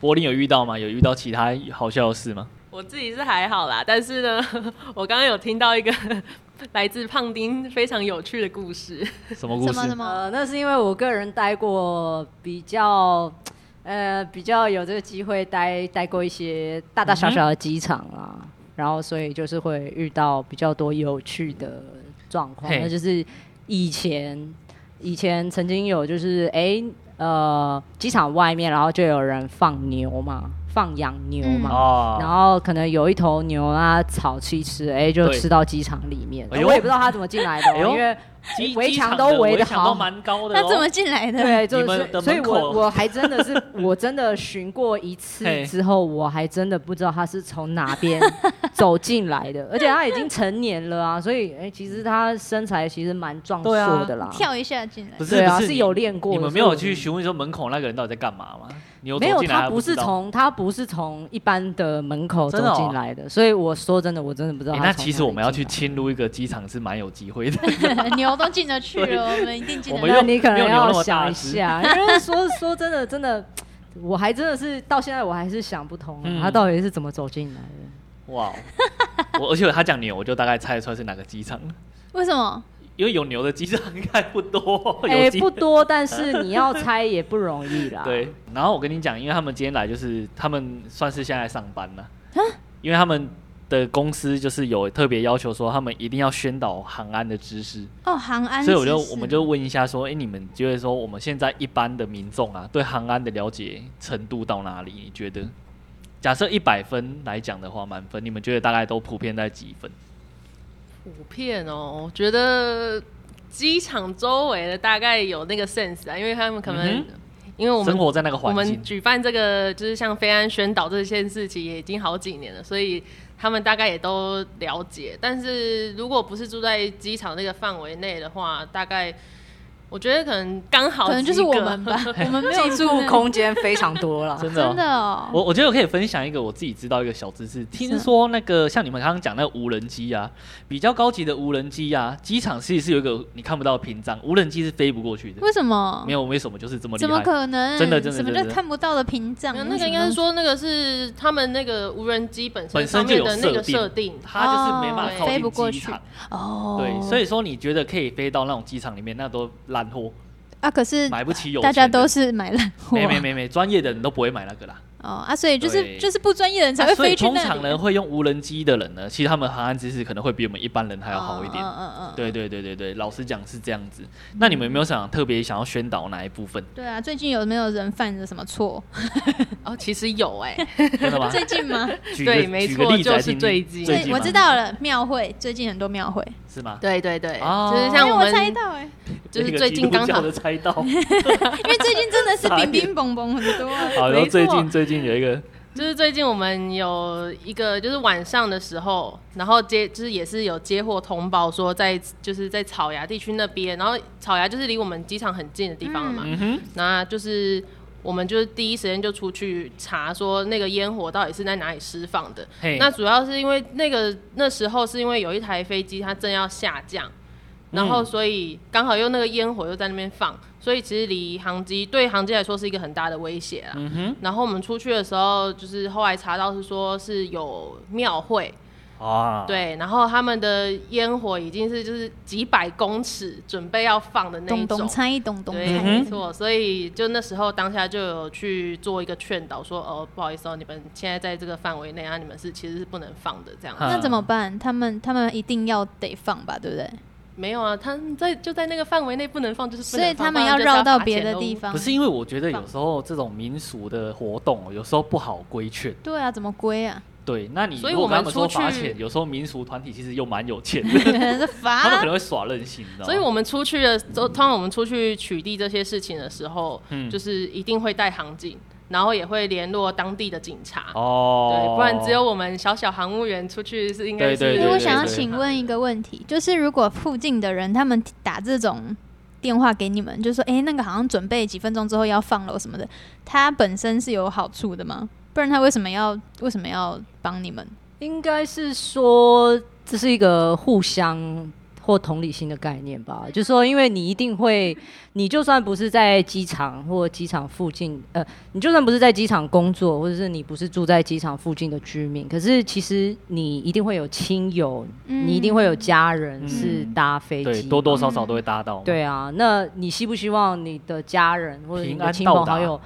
S2: 柏林有遇到吗？有遇到其他好笑的事吗？
S3: 我自己是还好啦，但是呢， 我刚刚有听到一个 来自胖丁非常有趣的故事。
S2: 什么故
S1: 什么什
S2: 事？
S1: 么，
S4: 呃，那是因为我个人待过比较，呃，比较有这个机会待待过一些大大小小的机场啊，然后所以就是会遇到比较多有趣的状况，
S2: 嘿
S4: 那就是以前以前曾经有就是哎、呃机场外面，然后就有人放牛嘛，放养牛
S1: 嗯
S4: 嘛。
S2: 哦
S4: 然后可能有一头牛啊，草吃一吃，哎，就
S2: 对
S4: 吃到机场里面。
S2: 哎呦
S4: 我也不知道他怎么进来的
S2: 哎
S4: 哦、
S2: 呦
S4: 因为
S2: 机
S4: 围
S2: 机
S4: 墙
S2: 场
S4: 都
S2: 的
S4: 围
S2: 围
S4: 得
S2: 墙
S4: 好
S2: 都蛮高的、哦，
S1: 他怎么进来的？
S4: 对，就
S2: 你
S4: 是
S2: 们
S4: 所以
S2: 的
S4: 所以
S2: 门
S4: 我
S2: 口
S4: 我还真 的是，我真的巡过一次
S2: 嘿
S4: 之后，我还真的不知道他是从哪 边走进来的，而且他已经成年了啊，所以哎、其实他身材其实蛮壮
S2: 对啊
S4: 硕的啦。
S1: 跳一下进来
S2: 不，是
S4: 对啊，
S2: 不是
S4: 是
S2: 你
S4: 有练过的。
S2: 你们
S4: 所
S2: 没
S4: 以
S2: 有
S4: 我
S2: 去询问说门口那个人到底在干嘛吗？你有
S4: 没有，
S2: 走进来
S4: 他不
S2: 知
S4: 是
S2: 道哎
S4: 从他不是从一般的门口走
S2: 真的哦
S4: 进来的，所以我说真的，我真的不知道
S2: 诶
S4: 啊他从哪
S2: 那
S4: 里进来。
S2: 其实我们要去侵入一个机场是蛮有机会 的。
S1: 牛都进得去了，我们一定进
S2: 我
S1: 得
S2: 们
S1: 来
S4: 那
S2: 又。
S4: 你可能
S2: 没有牛那
S4: 要
S2: 么大
S4: 想一
S2: 只
S4: 下，因为说 说真的，真的，我还真的是到现在我还是想不通啊、
S2: 嗯
S4: 他到底是怎么走进来的。
S2: 哇哦，我而且他讲牛，我就大概猜得出来是哪个机场，
S1: 为什么？
S2: 因为有牛的机场应该不多。有
S4: 哎、
S2: 机
S4: 不多，但是你要猜也不容易啦。
S2: 对，然后我跟你讲，因为他们今天来，就是他们算是现在上班了，因为他们的公司就是有特别要求说，他们一定要宣导航安的知识，
S1: 哦，航安知
S2: 所
S1: 识，
S2: 以我就我们就问一下说，哎、你们觉得说我们现在一般的民众啊，对航安的了解程度到哪里？你觉得？假设一百分来讲的话，满分，你们觉得大概都普遍在几分？
S3: 普遍哦，我觉得机场周围的大概有那个 sense 啊，因为他们可能、
S2: 嗯
S3: 因为我
S2: 生
S3: 们
S2: 活在那个
S3: 我
S2: 环境
S3: 们，举办这个就是像飞安宣导这件事情也已经好几年了，所以他们大概也都了解。但是如果不是住在机场那个范围内的话，大概我觉得可能刚好
S1: 可能就是
S3: 及
S1: 我
S3: 格
S1: 们吧，我们没有
S4: 进
S1: 住
S4: 驻
S1: 那
S4: 空间非常多 啦。
S2: 真的哦、
S1: 真的哦，
S2: 我我觉得我可以分享一个我自己知道一个小知识，听说那个像你们刚刚讲那个无人机啊，比较高级的无人机啊，机场其实是有一个你看不到的屏障，无人机是飞不过去的。
S1: 为什么？
S2: 没有为什么就是这么厉
S1: 怎么
S2: 害？
S1: 可能？
S2: 真的真的
S1: 什么
S2: 真的
S1: 叫看不到的屏障
S3: 没有？那个应该是说那个是他们那个无人机本
S2: 本身
S3: 身上
S2: 就
S3: 面
S2: 有
S3: 的那个
S2: 设
S3: 设定，
S2: 它就是没办法
S3: 哦
S1: 飞不
S2: 靠
S1: 过
S2: 近机
S1: 去
S2: 场，
S1: 哦，
S2: 对，所以说你觉得可以飞到那种机场里面，那都烂货，
S1: 啊，可是
S2: 买不起有
S1: 大家
S2: 钱人
S1: 都是买烂货啊，
S2: 没没没没，专业的人都不会买那个啦。
S1: 哦啊，所以就是
S2: 对
S1: 就是不专业的人才
S2: 啊
S1: 会
S2: 所以
S1: 飞去
S2: 通
S1: 那
S2: 常
S1: 里
S2: 呢，。会用无人机的人呢，其实他们航安知识可能会比我们一般人还要好一
S1: 嗯
S2: 点。
S1: 嗯
S3: 啊
S1: 嗯，嗯
S2: 对对对对对，老实讲是这样子。那你们有没有想特别想要宣导哪一部 分？
S1: 对啊，最近有没有人犯了什么错？
S3: 哦，其实有哎、
S2: 真的吗？
S1: 最近 吗？
S2: 举个
S3: 对没
S2: 举个
S3: 错
S2: 例子来
S3: 就是
S2: 听
S3: 最近
S2: 最
S1: 对，
S2: 近
S1: 我
S2: 吗
S1: 知道了，庙会最近很多庙会，
S2: 是吗？
S3: 对对对，
S2: 哦
S3: 就是
S1: 因
S3: 像
S1: 为
S3: 我们
S1: 我猜到 哎，
S3: 就是
S2: 一个
S3: 最
S2: 基
S3: 近
S2: 督
S3: 刚
S2: 教
S3: 好
S2: 的猜 到。
S1: 因为最近真的是
S2: 傻眼
S1: 冰冰蹦蹦很多啊。
S2: 好，然后
S3: 没错
S2: 最近最近有一个
S3: 就是最近我们有一个，就是晚上的时候，然后接就是也是有接获通报说在就是在草芽地区那边，然后草芽就是离我们机场很近的地方了嘛，
S2: 嗯哼，
S3: 那就是我们就是第一时间就出去查说那个烟火到底是在哪里释放的。
S2: 嘿，
S3: 那主要是因为那个那时候是因为有一台飞机它正要下降，然后
S2: 嗯
S3: 所以刚好又那个烟火又在那边放，所以其实离航机对航机来说是一个很大的威胁啦。
S2: 嗯哼，
S3: 然后我们出去的时候，就是后来查到是说是有庙会，
S2: 啊，，
S3: 对，然后他们的烟火已经是就是几百公尺准备要放的那一
S1: 咚
S3: 种
S1: 咚。猜，咚咚
S2: 嗯
S3: 对，
S1: 猜
S3: 没，错，所以就那时候当下就有去做一个劝导说哦，不好意思哦，你们现在在这个范围内啊，你们是其实是不能放的这样。
S2: 啊
S1: 那怎么办？他们他们一定要得放吧，对不对？
S3: 没有啊，他们在就在那个范围内不能放，就是不
S1: 所
S3: 能
S1: 以
S3: 放
S1: 他们
S3: 不然就是
S1: 绕到
S3: 罚
S1: 别
S3: 钱哦
S1: 的
S3: 咯
S1: 地方
S2: 不。是因为我觉得有时候这种民俗的活动，有时候不好规劝。
S1: 对啊，怎么归 啊？
S2: 对，那你
S3: 所以
S2: 如果
S3: 我们
S2: 跟他们说
S3: 出去
S2: 罚钱，有时候民俗团体其实又蛮有 钱的，
S1: 这
S2: 他们
S1: 罚啊
S2: 可能会耍任性，你知道吗？
S3: 所以我们出去的时候，通常我们出去取缔这些事情的时候，
S2: 嗯
S3: 就是一定会带航警。然后也会联络当地的警察。
S2: 哦，
S3: 对，不然只有我们小小航务员出去是应该是。
S2: 对对对
S1: 那我
S2: 对
S1: 想要
S2: 对
S1: 请问一个问题，就是如果附近的人他们打这种电话给你们，就说哎、诶那个好像准备几分钟之后要放了什么的，它本身是有好处的吗？不然他为什么要为什么要帮你们？
S4: 应该是说这是一个互相或同理心的概念吧，就是说，因为你一定会，你就算不是在机场或机场附近，呃，你就算不是在机场工作，或者是你不是住在机场附近的居民，可是其实你一定会有亲友，
S1: 嗯
S4: 你一定会有家人
S2: 嗯
S4: 是搭飞机嘛、
S2: 对多多少少
S3: 嗯
S2: 都会搭到嘛。
S4: 对啊，那你希不希望你的家人或者你
S2: 平
S4: 的
S2: 安
S4: 亲朋
S2: 到达
S4: 好友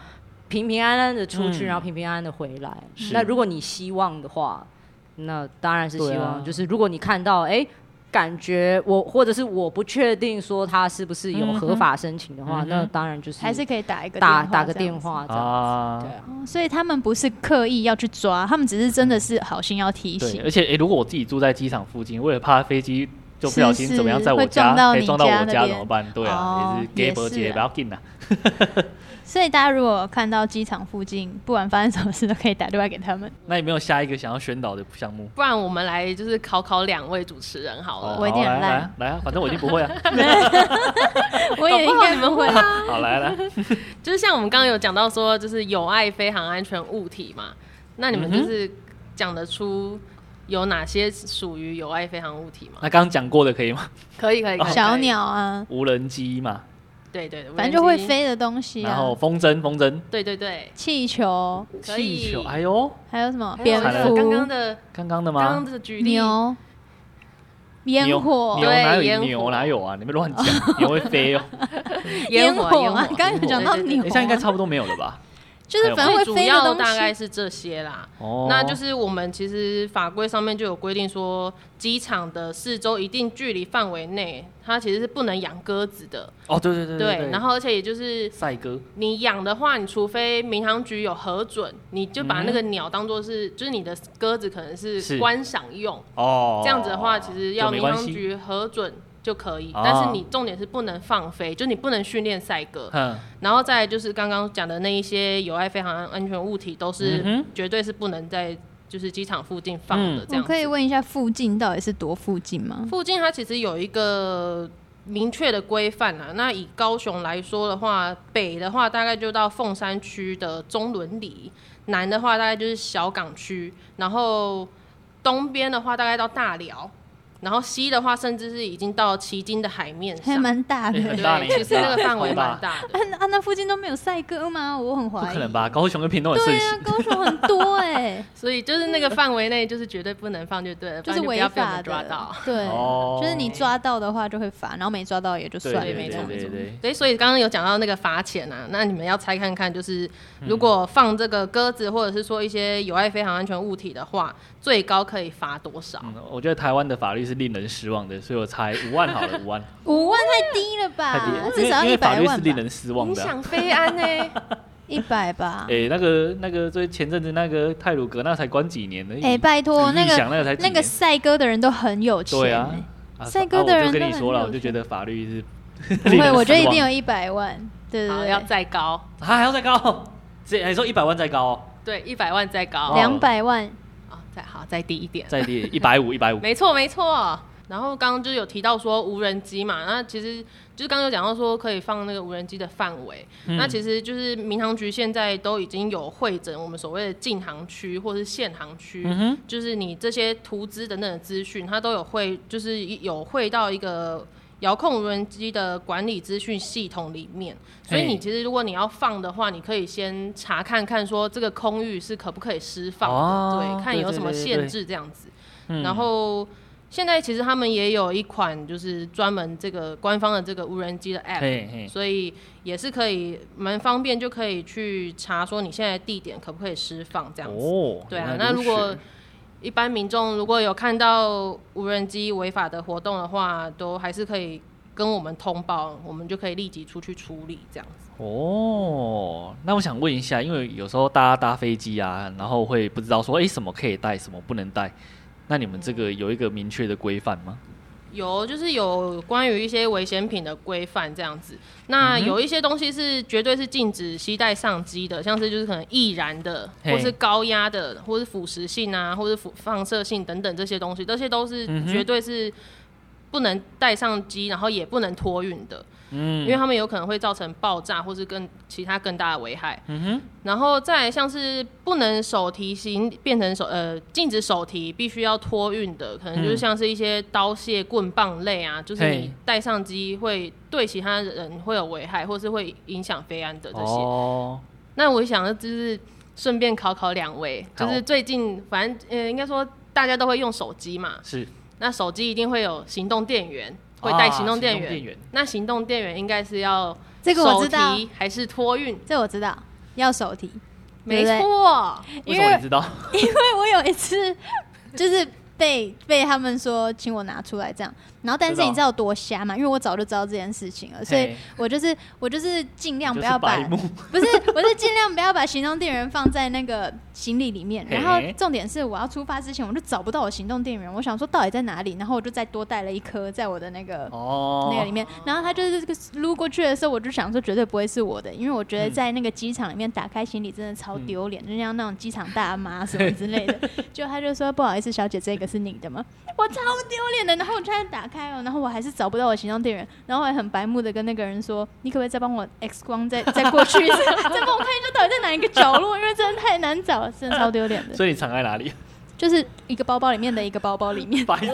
S4: 平平安安的出去，
S2: 嗯
S4: 然后平平安安的回来？
S2: 是
S4: 那如果你希望的话，那当然是希
S2: 对
S4: 望，
S2: 啊
S4: 就是如果你看到哎。诶感觉我或者是我不确定说他是不是有
S2: 嗯哼
S4: 合法申请的
S2: 嗯
S4: 话，
S2: 哼
S4: 那当然就是
S1: 还是可以打一个
S4: 打
S1: 电话
S4: 打个
S1: 这样
S4: 电
S1: 子
S4: 话这样
S2: 啊
S4: 子，对，啊，
S1: 哦所以他们不是刻意要去抓，他们只是真的是好心要提
S2: 对，
S1: 醒。
S2: 而且诶，如果我自己住在机场附近，为了怕飞机就不小心
S1: 是
S2: 怎么样
S1: 是
S2: 在我
S1: 会
S2: 家
S1: 撞到
S2: 诶
S1: 你
S2: 撞到
S1: 家
S2: 我
S1: 那
S2: 家
S1: 边
S2: 怎么办？对啊，
S1: 哦
S2: 也
S1: 也
S2: 是 gay
S1: 是
S2: 姐
S1: 啊
S2: 不要进啊。
S1: 所以大家如果看到机场附近，不管发生什么事，都可以打电话给他们。
S2: 那有没有下一个想要宣导的项目？哦
S3: 不然我们来就是考考两位主持人好了。
S1: 我一定
S2: 好
S1: 很
S2: 来
S1: 烂
S2: 来来啊，反正我已经不会啊。
S1: 我也应
S3: 搞不好
S1: 该
S3: 你们
S1: 不会。
S2: 好来来，
S3: 就是像我们刚刚有讲到说，就是有爱飞航安全物体嘛，那你
S2: 嗯
S3: 们就是讲得出有哪些属于有爱飞航物体吗？
S2: 那刚刚讲过的可以吗？
S3: 可以可以，
S2: 哦
S3: 可以
S1: 小，鸟啊，
S2: 无人机嘛，
S3: 对对，对
S1: 反正就会，
S3: 哦无人机
S1: 飞的东西
S2: 然
S1: 啊，
S2: 后风筝风筝、
S3: 对对对，
S1: 气球，
S3: 可以
S2: 气球，哎呦，
S1: 还有什么
S3: 还有
S1: 蝙
S3: 那个
S1: 蝠、
S3: 刚刚的
S2: 刚刚的
S3: 刚刚
S2: 吗？
S3: 的举例，
S1: 牛、烟
S2: 牛
S1: 火、
S2: 牛
S3: 对
S2: 哪有
S3: 烟
S2: 牛
S3: 火
S2: 哪有啊？你们乱 讲，牛会飞哦。
S1: 烟
S3: 火
S1: 火啊
S3: 烟 火，
S1: 刚刚有讲到
S3: 对对对
S1: 牛
S2: 诶
S1: 啊，
S2: 现在应该差不多没有了吧？
S1: 就是反正会
S3: 最主
S1: 飞的
S3: 要
S1: 东
S3: 大概
S1: 西。
S3: 是这些啦。
S2: 哦，
S3: 那就是我们其实法规上面就有规定说，机场的四周一定距离范围内，它其实是不能养鸽子的。
S2: 哦，对对对
S3: 对，然后而且也就是
S2: 赛鸽，
S3: 你养的话，你除非民航局有核准，你就把那个鸟当做是，就是你的鸽子可能
S2: 嗯是
S3: 是观赏用，
S2: 哦，
S3: 这样子的话，其实要
S2: 就没
S3: 民
S2: 关
S3: 航
S2: 系。
S3: 局核准就可以。
S2: 哦
S3: 但是你重点是不能放飞，就你不能训练赛鸽，
S2: 哼，
S3: 然后再来就是刚刚讲的那一些有碍飞航安全物体，都
S2: 嗯
S3: 是
S2: 哼
S3: 绝对是不能在就是机场附近放的。
S2: 嗯
S3: 这
S1: 我
S3: 样子
S1: 可以问一下附近到底是多附近吗？
S3: 附近它其实有一个明确的规范啊。那以高雄来说的话，北的话大概就到凤山区的中伦里，南的话大概就是小港区，然后东边的话大概到大寮，然后西的话甚至是已经到旗津的海面
S1: 还
S3: 上。
S1: 蛮大的
S2: 哎。很大呢
S3: 对，其实
S2: 很
S3: 那
S2: 大
S3: 个范围
S2: 超大
S3: 蛮大的。
S1: 啊那啊，那附近都没有赛鸽吗？我很怀
S2: 不
S1: 疑。
S2: 可能吧？高雄跟屏东很盛
S1: 对啊，
S2: 行，
S1: 高手很多 哎，
S3: 所以就是那个范围内，就是绝对不能放就对了，不
S1: 就
S3: 然
S1: 是
S3: 就不
S1: 违
S3: 要被我
S1: 法
S3: 们抓
S1: 的
S3: 到。。
S1: 对，
S2: 哦
S1: 就是你抓到的话就会罚，然后没抓到也就
S2: 对
S1: 算了
S2: 对
S1: 这
S2: 对
S1: 样
S2: 对对
S1: 子。
S2: 对，
S3: 对，所以刚刚有讲到那个罚钱啊，那你们要猜看看，就是如果放这个鸽子或者是说一些有碍飞航安全物体的话，最高可以罚多少？
S2: 嗯，我觉得台湾的法律是令人失望的，所以我猜 五万好了，五万
S1: 五万太低了
S2: 太低
S1: 吧，，
S2: 了因
S1: 啊至
S2: 为
S1: 少
S2: 因
S1: 一
S2: 为法
S1: 百
S2: 律是
S1: 万
S2: 令
S1: 吧，
S2: 人失望
S3: 影
S2: 的啊。
S3: 响飞安呢、
S1: 一百吧。
S2: 哎，那个那个，最前阵子那个泰鲁格那才关几年呢？
S1: 哎，拜托，
S2: 你
S1: 那
S2: 想
S1: 个
S2: 那个才几
S1: 那个
S2: 年
S1: 赛鸽的人都很有钱
S2: 对啊
S1: 欸，，
S2: 啊
S1: 帅
S2: 啊
S1: 哥的人
S2: 我就
S1: 都
S2: 跟你
S1: 很
S2: 说了，
S1: 有
S2: 我就觉得法律是
S1: 不
S2: 令
S1: 会，
S2: 人
S1: 我觉得
S2: 失
S1: 一定
S2: 望
S1: 有一百万。对对
S3: 好，
S1: 对，
S3: 要再高，
S2: 啊还要再高，这你说一百万再高哦，
S3: 对，一百万再高，
S2: 哇
S3: 啊、
S1: 两百万，
S3: 再好，再低一点。
S2: 再低一百五一百五，
S3: 没错，没错。然后刚刚就有提到说无人机嘛，那其实就是刚刚有讲到说可以放那个无人机的范围，
S2: 嗯
S3: 那其实就是民航局现在都已经有会诊我们所谓的禁航区或是限航区，
S2: 嗯哼
S3: 就是你这些图资等等的资讯，它都有会就是有会到一个遥控无人机的管理资讯系统里面，所以
S2: 嘿
S3: 你其实如果你要放的话，你可以先查看看说这个空域是可不可以释放的，
S2: 哦
S3: 对，看
S2: 对
S3: 有
S2: 对
S3: 什
S2: 对
S3: 么
S2: 对
S3: 限
S2: 对
S3: 制这样子。
S2: 嗯
S3: 然后现在其实他们也有一款就是专门这个官方的这个无人机的 app，
S2: 嘿嘿，
S3: 所以也是可以蛮方便，就可以去查说你现在的地点可不可以释放这样子。
S2: 哦，
S3: 对啊，
S2: 原来
S3: 那
S2: 此
S3: 如果一般民众如果有看到无人机违法的活动的话，都还是可以跟我们通报，我们就可以立即出去处理这样子。
S2: 哦，那我想问一下，因为有时候大家搭飞机啊，然后会不知道说，哎、什么可以带，什么不能带。那你们这个有一个明确的规范吗？
S3: 有，就是有关于一些危险品的规范这样子。那有一些东西是绝对是禁止携带上机的，像是就是可能易燃的，
S2: 嘿
S3: 或是高压的，或是腐蚀性啊，或是腐放射性等等这些东西，这些都是
S2: 嗯哼
S3: 绝对是不能带上机，然后也不能托运的。因为
S2: 嗯，
S3: 他们有可能会造成爆炸或是更其他更大的危害。
S2: 嗯哼，
S3: 然后再来像是不能手提行变成手呃禁止手提，必须要托运的，可能就是
S2: 嗯
S3: 像是一些刀械、棍棒类啊，就是
S2: 嘿
S3: 你带上机会对其他人会有危害，或是会影响飞安的这些。
S2: 哦，
S3: 那我想就是顺便考考两位，就
S2: 好
S3: 是最近反正呃应该说大家都会用手机嘛，
S2: 是
S3: 那手机一定会有行动电源，会带
S2: 啊
S3: 行动电
S2: 行
S3: 源。
S2: 动电源
S3: 那行动电源应该是要
S1: 这个我知
S3: 手
S1: 道，
S3: 提还是托运？
S1: 这我知道，要手提，对
S3: 没
S1: 不对
S3: 错，
S1: 因
S2: 为什么
S1: 为
S2: 你知道？
S1: 因为我有一次就是被被他们说请我拿出来这样，然后但
S2: 知
S1: 是
S2: 道
S1: 你知道我多瞎嘛？因为我早就知道这件事情了，所以
S2: 嘿
S1: 我就是我就是尽量
S2: 就
S1: 不
S2: 是
S1: 要把
S2: 白目，
S1: 不是，我是尽量不要把行动电源放在那个行李里面。
S2: 嘿
S1: 然后重点是，我要出发之前我就找不到我行动电源，我想说到底在哪里，然后我就再多带了一颗在我的那个。
S2: 哦，
S1: 那个里面，然后他就是这个撸过去的时候，我就想说绝对不会是我的，因为我觉
S2: 嗯
S1: 得在那个机场里面打开行李真的超丢脸，就像那种机场大妈什么之类 的。就他就说不好意思，小姐，这个是你的吗？我超丢脸的。然后我突然打开哦，然后我还是找不到我行动电源，然后我还很白目的跟那个人说，你可不可以再帮我 X 光再再过去一 次，再帮我看一下到底在哪一个角落，因为真的太难找了，真的超丢脸的。
S2: 所以你藏在哪里？
S1: 就是一个包包里面的一个包包里面。
S2: 白痴，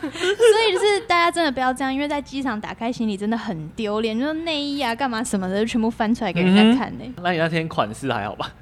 S1: 所以就是大家真的不要这样，因为在机场打开行李真的很丢脸，就是内衣啊、干嘛什么的，就全部翻出来给人
S2: 嗯
S1: 家
S2: 哼
S1: 看呢、
S2: 那你那天款式还好吧？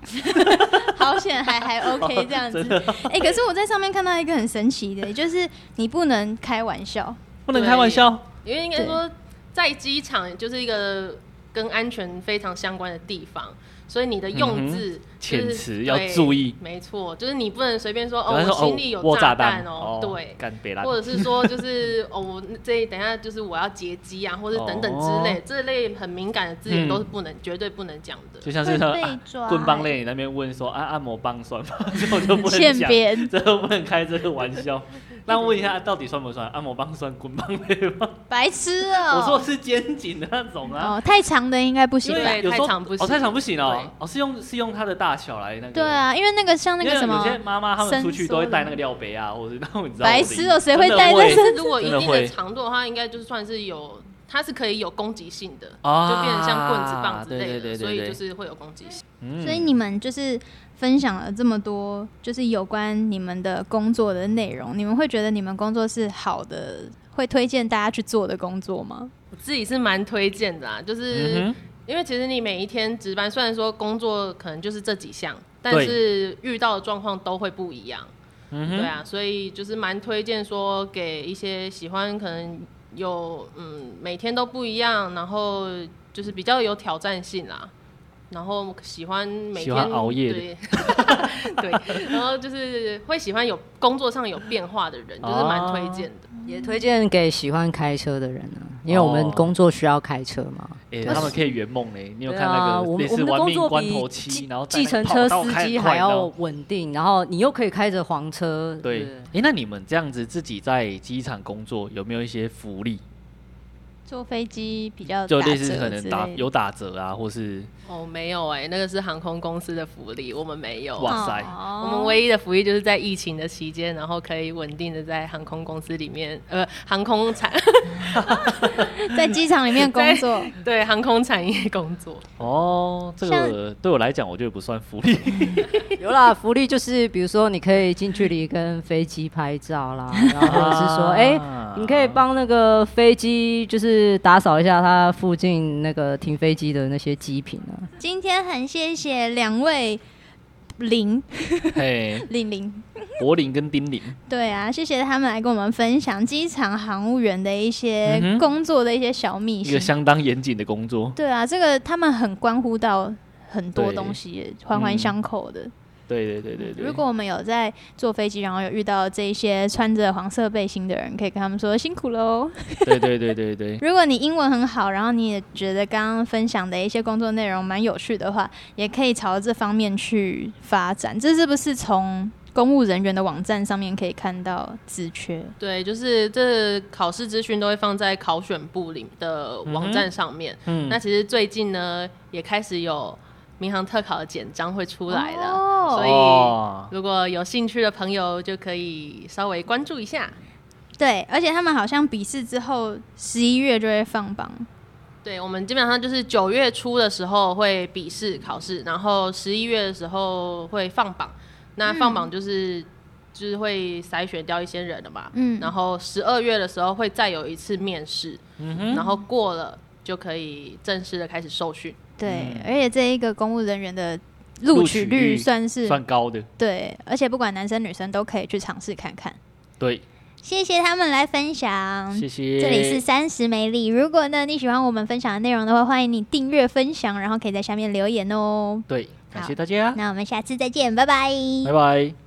S1: 好险还还 OK 这样子
S2: 真。的
S1: 哎、可是我在上面看到一个很神奇的，就是你不能开玩笑，
S2: 不能开玩笑，
S3: 因为应该说在机场就是一个跟安全非常相关的地方，所以你的用字就是、
S2: 嗯遣词要注意
S3: 对没错，就是你不能随便说哦，
S2: 有人
S3: 我
S2: 说
S3: 心里有
S2: 我炸
S3: 弹
S2: 哦，
S3: 对。
S2: 干北啦，
S3: 或者是说， 就是哦，我这等一下就是我要劫机啊，或者等等之类，
S2: 哦
S3: 这类很敏感的字眼
S2: 嗯
S3: 都是不能，绝对不能讲的。
S2: 就像是那
S1: 会被
S2: 啊
S1: 抓
S2: 棍棒类，你那边问说啊，按摩棒算吗？ 这我就不能
S1: 欠
S2: 讲，
S1: 扁
S2: 这个不能开这个玩笑。那问一下，到底算不算按摩棒？算棍棒类吗？
S1: 白痴哦、
S2: 我说的是肩颈的那种啊，
S1: 哦，太长的应该不
S2: 因
S1: 行吧？
S2: 为有
S3: 对
S2: 时候
S3: 太长不行
S2: 哦，太长不行哦，哦是用是用它的大小来那个。
S1: 对。啊，因为那个像那
S2: 因
S1: 个
S2: 为
S1: 什
S2: 有些
S1: 么
S2: 妈妈她们出去
S1: 伸缩
S2: 都会
S1: 的
S2: 带那个料杯啊，或者是那种你知道我的
S1: 白
S2: 意
S1: 痴
S2: 思。
S1: 哦谁
S2: 真的
S1: 会带在身
S3: 如果一
S2: 真的
S3: 定
S2: 会
S3: 的长度的话，应该就是算是有，它是可以有攻击性的，
S2: 啊
S3: 就变成像棍子棒之类
S2: 对对
S3: 的，
S2: 对对
S3: 所
S2: 对
S3: 以就是会有攻击性。
S2: 嗯
S1: 所以你们就是分享了这么多，就是有关你们的工作的内容，你们会觉得你们工作是好的，会推荐大家去做的工作吗？
S3: 我自己是蛮推荐的啊，就是、
S2: 嗯哼
S3: 因为其实你每一天值班，虽然说工作可能就是这几项，但
S2: 对
S3: 是遇到的状况都会不一样。
S2: 嗯
S3: 对
S2: 哼，
S3: 啊，所以就是蛮推荐说给一些喜欢可能有嗯每天都不一样，然后就是比较有挑战性啦，然后喜欢每
S2: 喜
S3: 天
S2: 欢熬夜的
S3: 对对， 然后就是会喜欢有工作上有变化的人，就是
S2: 啊
S3: 蛮推荐的。
S4: 也推荐给喜欢开车的人啊，因为我们
S2: 哦
S4: 工作需要开车嘛。
S2: 哎，
S4: 对啊
S2: 他们可以圆梦嘞。你有
S4: 对
S2: 看那
S4: 啊，
S2: 个
S4: 我们
S2: 类
S4: 我
S2: 似
S4: 们的
S2: 玩
S4: 工
S2: 命
S4: 作
S2: 关
S4: 比
S2: 头
S4: 计
S2: 七，然后在
S4: 计
S2: 那
S4: 程
S2: 跑
S4: 车
S2: 道
S4: 司
S2: 开
S4: 机
S2: 很快
S4: 还
S2: 你知道
S4: 要
S2: 吗
S4: 稳定，然后你又可以开着黄车。
S2: 对，哎、那你们这样子自己在机场工作有没有一些福利？
S1: 坐飞机比较
S2: 就
S1: 打
S2: 类似
S1: 折
S2: 可能
S1: 之
S2: 打
S1: 类的
S2: 有打折啊，或是
S3: 哦，没有哎、那个是航空公司的福利，我们没有。
S2: 哇塞
S1: 哦
S3: 我们唯一的福利就是在疫情的期间，然后可以稳定的在航空公司里面，呃，航空产
S1: 在机场里面工 作，
S3: 对航空产业工作。
S2: 哦，这个对我来讲，我觉得不算 福利。
S4: 有啦，福利就是比如说你可以近距离跟飞机拍照 啦，然后或者是
S2: 啊
S4: 说，哎、你可以帮那个飞机就是打扫一下它附近那个停飞机的那些机坪啊。
S1: 今天很谢谢两位零
S2: 嘿，
S1: 零零，
S2: 柏林跟丁玲，
S1: 对啊，谢谢他们来跟我们分享机场航务员的一些
S2: 嗯哼
S1: 工作的一些小秘
S2: 一
S1: 辛
S2: 个。相当严谨的工作。
S1: 对啊，这个他们很关乎到很多
S2: 对
S1: 东西，环环
S2: 嗯
S1: 相扣的。
S2: 对对对对对。
S1: 如果我们有在坐飞机，然后有遇到这一些穿着黄色背心的人，可以跟他们说辛苦喽。
S2: 对对对 对对，
S1: 如果你英文很好，然后你也觉得刚刚分享的一些工作内容蛮有趣的话，也可以朝这方面去发展。这是不是从公务人员的网站上面可以看到职缺。
S3: 对，就是这考试资讯都会放在考选部里的网站上面。
S2: 嗯
S3: 那其实最近呢，也开始有民航特考的简章会出来了，
S1: 哦
S3: 所以
S2: 哦
S3: 如果有兴趣的朋友就可以稍微关注一下。
S1: 对，而且他们好像笔试之后十一月就会放榜，
S3: 对，我们基本上就是九月初的时候会笔试考试，然后十一月的时候会放榜。那放榜就是、就是会筛选掉一些人了嘛，
S1: 嗯
S3: 然后十二月的时候会再有一次面试，然后过了就可以正式的开始受训。
S1: 对，
S2: 嗯
S1: 而且这一个公务人员的
S2: 录
S1: 录
S2: 取
S1: 取
S2: 率
S1: 率算是
S2: 算高的，
S1: 对，而且不管男生女生都可以去尝试看看。
S2: 对，
S1: 谢谢他们来分享。
S2: 谢谢。
S1: 嗯这里是三十美丽。如果呢你喜欢我们分享的内容的话，欢迎你订阅、分享，然后可以在下面留言哦。
S2: 对，感谢大家，
S1: 那我们下次再见，拜拜
S2: 拜拜。